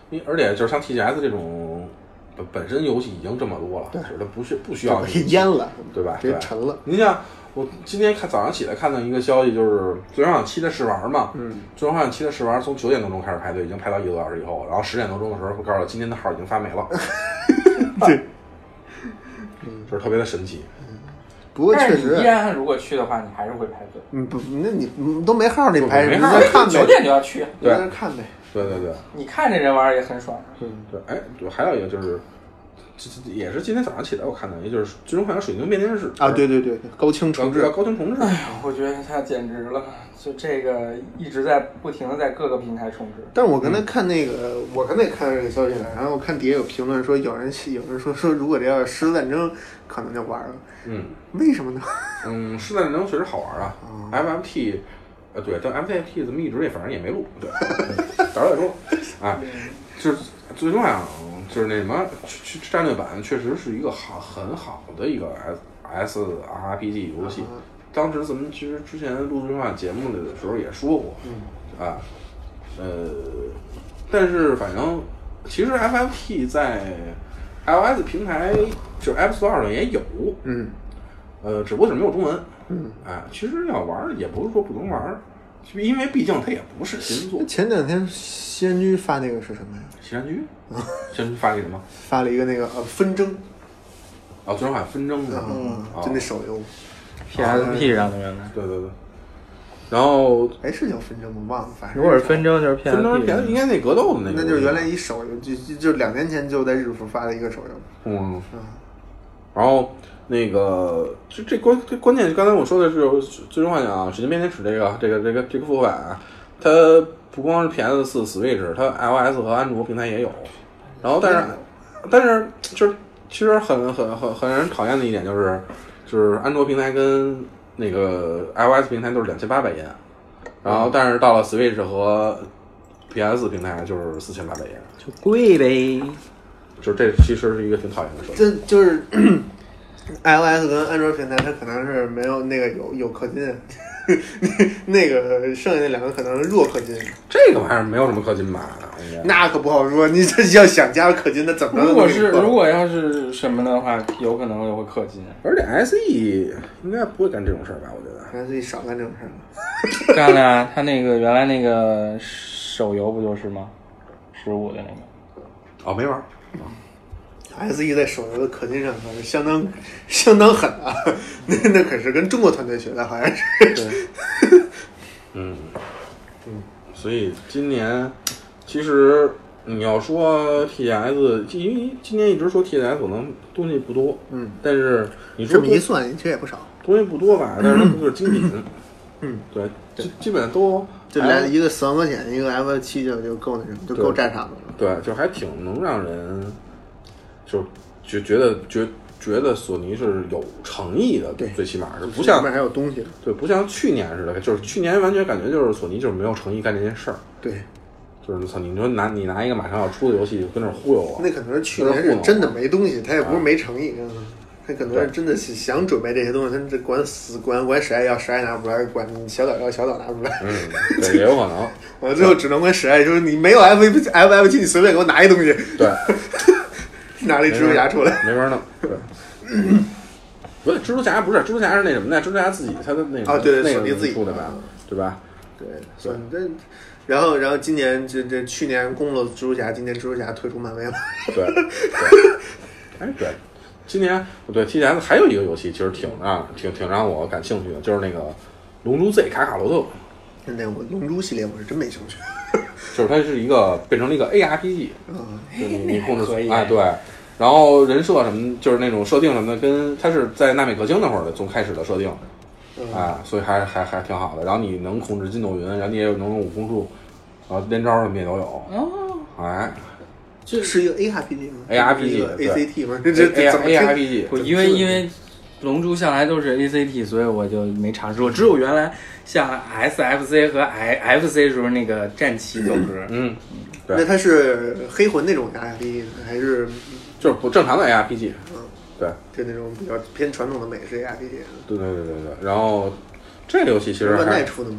C: 因而且就是像 TGS 这种本本身游戏已经这么多了，就是它不是不需要
E: 就
C: 你
E: 给淹了，
C: 对吧？
E: 直接
C: 对
E: 沉了。
C: 您像我今天看早上起来看到一个消息，就是《最终幻想七》的试玩嘛，嗯，《最终幻想七》的试玩从九点多钟开始排队，已经排到一个多小时以后，然后十点多钟的时候会告诉我今天的号已经发没了，啊
E: 对，
C: 就是特别的神奇。
E: 不过
D: 但
E: 确
D: 是你依
E: 实，
D: 然如果去的话，你还是会排队，
E: 嗯不，那你嗯都没号，你拍什
C: 我没
E: 么？
C: 号
E: 你在看
D: 九
E: 呗，
D: 点就要去，啊
E: 你在
C: *laughs* 对
E: 那看呗。
C: 对对对
D: 你看这人玩儿也很爽。
B: 嗯
C: 对，哎，对，还有一个就是。这这也是今天早上起来我看到一个，就是《最终幻想水晶变电视》
E: 啊，对对对，高清重
C: 要
E: 置，
C: 高清重置，
D: 我觉得他简直了，就这个一直在不停的在各个平台充值。
E: 但是我
B: 我
E: 跟
B: 刚
E: 他
B: 才看那个，我刚才也看到这个消息了，然后我看底下有评论说，有人有人说说，如果这要是狮子战争，可能就玩了，
C: 嗯，
B: 为什么呢？
C: 嗯，是在战争确实好玩啊。FMT，呃，对，但 FMT 怎么一直也反正也没录，对， *laughs* 到时候再说。哎，就是最终啊，就是那什么，去去战略版确实是一个好很好的一个 S S R P G 游戏。当时咱们其实之前录动画节目的时候也说过，啊，呃，但是反正其实 FFT 在 iOS 平台就是 App Store 上也有，
E: 嗯，
C: 呃，只不过是没有中文。嗯，哎，其实要玩儿也不是说不能玩儿，因为毕竟它也不是新作
E: 那。前两天西安居发那个是什么呀？
C: 西山居， *laughs* 先发给什么？
E: 发了一个那个呃纷争，
C: 啊，最终好像纷争的。
E: 嗯
C: 啊，
E: 就那手游，
D: 嗯
F: PSP 上的原来，
C: 对对对。然后
E: 哎，是叫纷争吗？忘了，反
F: 如
E: 正
F: 果是纷争就是 PSP，
C: 纷争片应该那格斗的那个，
E: 那就是原来一手游，就就就两年前就在日服发的一个手游，
C: 嗯，然后那个这这关这关键，刚才我说的是《最终幻想：啊水晶编年史》这个这个这个这个复刻版啊，它不光是 PS 四、Switch，它 iOS 和安卓平台也有。然后但是但是就是其实很很很很让人讨厌的一点就是就是安卓平台跟那个 iOS 平台都是两千八百元，然
F: 嗯
C: 后但是到了 Switch 和 PS 平台就是四千八百元，
F: 就贵呗。
C: 就是这其实是一个挺讨厌的事儿。
E: 这就是
B: *coughs* iOS 跟安卓平台，它可能是没有那个有有氪金， *laughs* 那个剩下那两个可能是弱氪金，
C: 这个玩意儿没有什么氪金吧？应该
B: 那可不好说。你这要想加氪金，那怎么着
D: 如
B: 都
D: 果
B: 给你
D: 是
B: 氪
D: 如果要是什么的话，有可能会 *laughs* 氪金。
C: 而且 SE 应该不会干这种事儿吧？我觉得。
B: 让自己少干这种事儿。
D: 干了啊，他那个原来那个手游不就是吗？十五的那个。
C: 哦，没玩儿。
B: S E 在手游的氪金上可是相当相当狠啊， *laughs* 那那可是跟中国团队学的，好像是。
C: 嗯嗯。所以今年其实你要说 TGS，因为今年一直说 TGS 可能东西不多，嗯，但是你说
E: 这么一
C: 东
E: 算，其实也不
B: 啊
E: 少，
C: 东西不多 *clears throat* 吧，但是它不是精品，嗯，对，基基本上都
E: 就来一个死亡搁浅，一个 F 七就就够那什么，就够战场的了。
C: 对，就还挺能让人就觉觉得觉觉得索尼是有诚意的，
E: 对
C: 最起码是不
E: 里
C: 像
E: 面还有东西呢，
C: 对，不像去年似的，就是去年完全感觉就是索尼就是没有诚意干这件事儿，
E: 对，
C: 就是操，你说拿你拿一个马上要出的游戏就跟那儿忽悠我，
B: 那可能是去年是真的没东西，他也不
E: 啊
B: 是没诚意，嗯他可能
C: 对
B: 是真的是想准备这些东西，他这管死管管谁爱要谁爱拿不出来，管小岛要小岛拿不出来，
C: 嗯，对，也有可能，
B: 完了最后只能管谁爱，就是你没有 F F F F 七，你随便给我拿一东西，
C: 对，
B: 拿了一蜘蛛侠出来。
C: 没法弄，对。不对，蜘蛛侠不是，蜘蛛侠是那什么的，蜘蛛侠自己他的那个
B: 啊对对
C: 那
B: 索尼
C: 个
B: 自己嗯
C: 出的吧，对吧？
B: 对，反正，然后然后今年这这去年公了蜘蛛侠，今年蜘蛛侠退出漫威了， *laughs*
C: 对，对，哎对，今年对 TGS 还有一个游戏其实挺让挺挺让我感兴趣的，就是那个《龙珠 Z 卡卡罗特》，
B: 那我龙珠系列我是真没兴趣。
C: 就是它是一个变成了一个 ARPG，
B: 嗯，
D: *laughs*
C: 就你你控制
D: 可以啊
C: 哎对，然后人设什么就是那种设定什么的，跟它是在纳米克星那会儿的从开始的设定，
D: 嗯
C: 啊，所以还还还挺好的。然后你能控制筋斗云，然后你也有能用悟空术，然后连招什么也都有。
D: 哦，
C: 哎
B: 这是一个 A R P G 吗
C: ARPG 对
B: A C T 吗？这这这怎么
C: A R
B: 听？
C: P G，
D: 我因为因为龙珠向来都是 ACT，所以我就没尝试过。只有原来像 SFC 和 I FC 时候那个战旗都 *clears throat* 是。
C: 嗯，对
B: 那它是黑魂那种 A R P G 还是
C: 就是不正常的 A R P G。对
B: 嗯就那种比较偏传统的美式 A R P G？
C: 对对对对对。然后这个游戏其实
B: 万代
C: 还
B: 出的吗？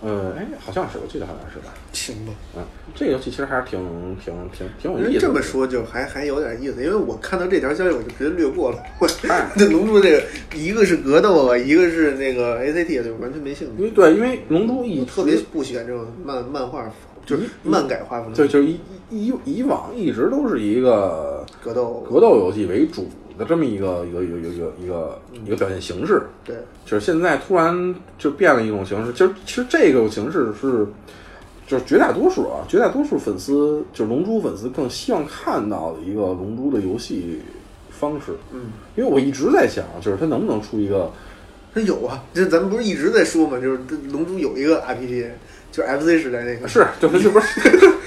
C: 呃，哎，好像是，我记得好像是吧。
B: 行吧。
C: 嗯，这个游戏其实还是挺挺挺挺有意
B: 人
C: 思的。
B: 这么说就还还有点意思，因为我看到这条消息我就直接略
C: *laughs*
B: 过了。我
C: 哎
B: *laughs* 这龙珠这个，一个是格斗啊，一个是那个 ACT，就啊完全没兴
C: 因
B: 趣。
C: 为对，因为《龙珠》一
B: 我特别不喜欢这种漫漫画，就是漫改画风，
C: 对，就是以以以往一直都是一个
B: 格斗
C: 格斗游戏为主的这么一个一个一个一个一个
B: 嗯
C: 一个表现形式。
B: 对，
C: 就是现在突然就变了一种形式，其实其实这个形式是，就是绝大多数啊，绝大多数粉丝就是龙珠粉丝更希望看到的一个龙珠的游戏方式。
B: 嗯，
C: 因为我一直在想，就是它能不能出一个
B: 它有啊，这咱们不是一直在说嘛，就是龙珠有一个 RPG，就是嗯 FC 时代那个。
C: 是，就是这不是，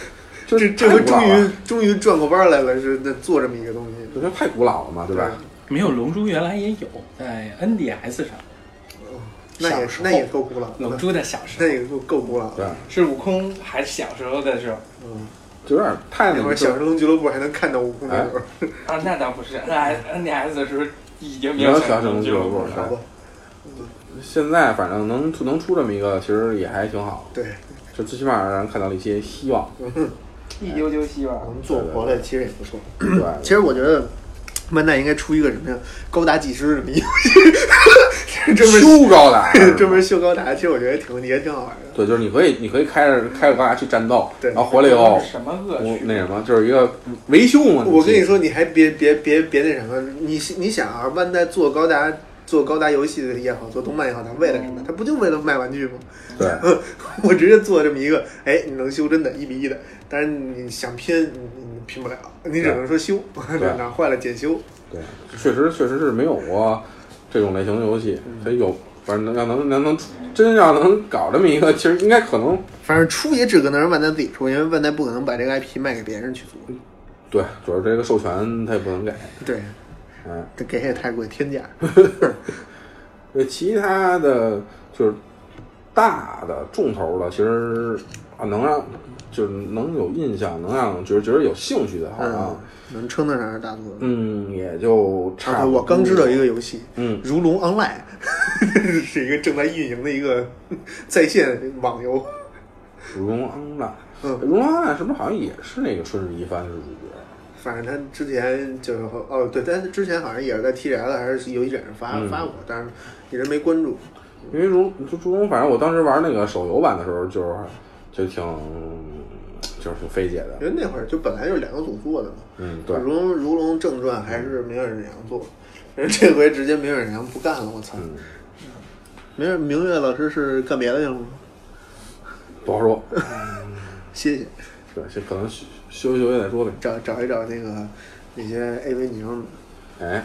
C: *laughs* 就
B: 这
C: 是
B: 这回
C: 太古老
B: 终
C: 了
B: 于终于转过弯来了，是那做这么一个东西。
C: 就觉得太古老了嘛，对吧？
D: 没有龙珠原来也有，在 NDS 上，
B: 那也
D: 小时候
B: 那也够古老的，
D: 龙珠的小时
B: 那
D: 候
B: 也够够古老
C: 嗯对
B: 的。，
D: 是悟空还是小时候的时候
C: 就哎有点太那
B: 那会
C: 个
B: 儿小神龙俱乐部还能看到悟空那会儿，
D: 啊，那倒不是，那 NDS 的时候已经没
C: 嗯没有小
D: 小
C: 神龙
D: 俱
C: 俱
D: 乐
C: 乐
D: 部
C: 部
D: 了。
B: 好吧？
C: 现在反正能能出这么一个，其实也还挺好，
B: 对，
C: 就最起码让人看到了一些希望。
B: *laughs*
D: 一丢丢希
B: 我
D: 望，
B: 们做活了，其实也不错。
C: 对，
B: 其实我觉得漫代应该出一个什么呀，高达技师这么一个 *laughs* 专门
C: 修高达
B: *laughs* 专门修高达，其实我觉得也挺也挺好玩的。
C: 对，就是你可以你可以开着开着高达去战斗，
B: 对
C: 然后回来以后
D: 这是什么恶
C: 我
D: 趣？
C: 那什么，就是一个维修嘛。
B: 我跟你
C: 说，
B: 说，你还别别别别那什么，你你想啊，万代做高达做高达游戏也好，做动漫也好，他为了什么？他不就为了卖玩具吗？ *laughs*
C: 对，
B: 我直接做这么一个，哎，你能修真的，一比一的，但是你想拼，你你拼不了，你只能说修， *laughs* 哪坏了检修。
C: 对，确实确实是没有过这种类型的游戏，
B: 嗯
C: 它有，反正能要能能能出真要能搞这么一个，其实应该可能
B: 反正出也只可能是万代自己出，因为万代不可能把这个 IP 卖给别人去做。
C: 对，主要是这个授权它也不能给，
B: 对，
C: 嗯，
B: 这给也太贵，天
C: *laughs*
B: 价。
C: 对，其他的就是大的重头的，其实啊能让就是能有印象，能让就是觉得有兴趣的，好像
B: 嗯，能称得上是大作。
C: 哦嗯也就差
B: 啊，
C: 不多。
B: 我刚知道一个游戏，
C: 嗯
B: 《如龙 Online》是一个正在运营的一个在线网游。
C: 如龙安澜，
B: 嗯
C: 如龙安澜是不是好像也是那个春日一番是主角？
B: 反正他之前就是哦，对，但是之前好像也是在 TGS 还是游戏展上发、
C: 嗯
B: 发过，但是一直没关注。
C: 因为如就如龙，反正我当时玩那个手游版的时候，就是就挺就是挺费解的。
B: 因为那会儿就本来就是两个组做的嘛，
C: 嗯，对，
B: 如龙如龙正传还是明月忍阳做，人家 *laughs* 这回直接明月忍阳不干了，我操！
C: 嗯，
B: 明月明月老师是干别的去了吗？
C: 不好说， *laughs*
B: 歇歇，
C: 对，这可能休休息休息再说呗。
B: 找找一找那个那些 AV 女生，
C: 哎，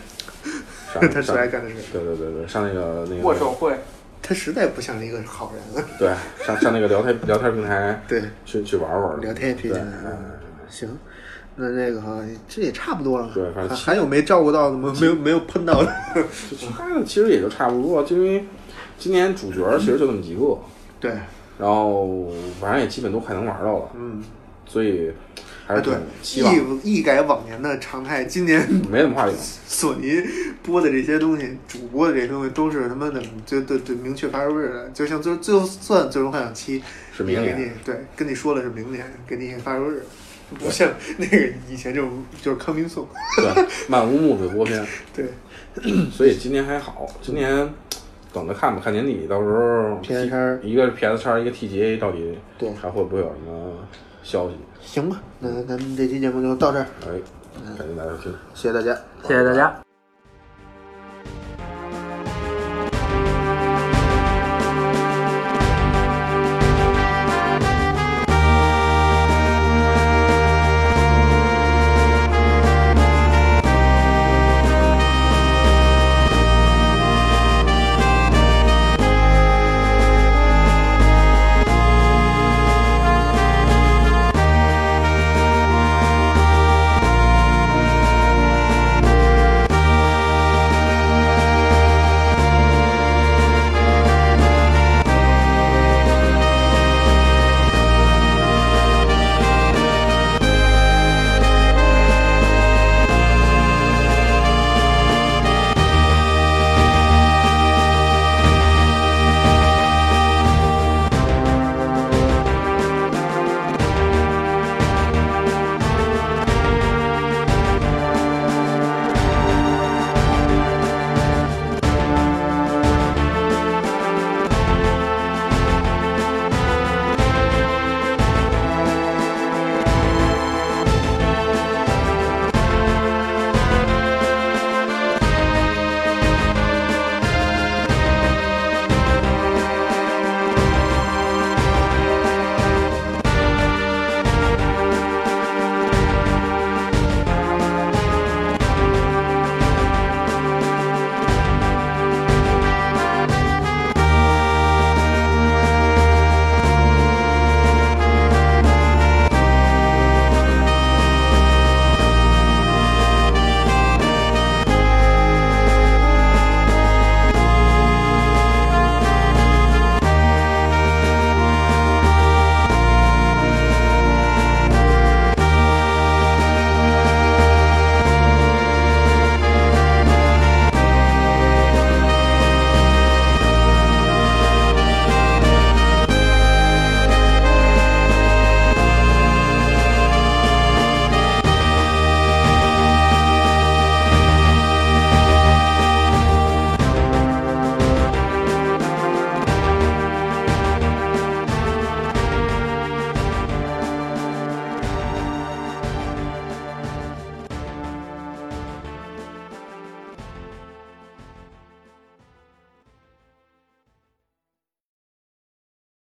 C: 上
B: *laughs* 他最
C: 上
B: 爱干的事儿，
C: 对对对对，上那个那个
D: 握手会，
B: 他实在不像一个好人。啊
C: 对，上上那个聊天聊天平台
B: 对，
C: 去去玩玩，
B: 聊天平台
C: 对
B: 嗯行，那那个哈，这也差不多了。
C: 对反正
B: 还还有没照顾到的吗？没有没有碰到的。 *laughs*
C: 就其他的其实也就差不多，就因为今年主角其实就那么几个，
B: 对，
C: 然后反正也基本都快能玩到了，
B: 嗯，
C: 所以还
B: 啊
C: 是
B: 对
C: 挺，期望，
B: 一一改往年的常态，今年
C: 没怎么话用。
B: 索尼播的这些东西，主播的这些东西都是他妈的，就对对，明确发售日的，就像最最后算《最终幻想七》
C: 是明
B: 也
C: 年
B: 给你对，跟你说了是明年，给你发售日，不像那个以前就就是康明颂，
C: 对，漫无目的播片，
B: 对，
C: 所以今年还好，今年等着看吧，看年底到时候
B: PS
C: 一个是 PS 叉，一个 TGA 到底
B: 对
C: 还会不会有什么消息？
B: 行吧，那咱们这期节目就到这儿，
C: 哎，感谢大家收听。
B: 谢谢大家。
F: 谢谢大家。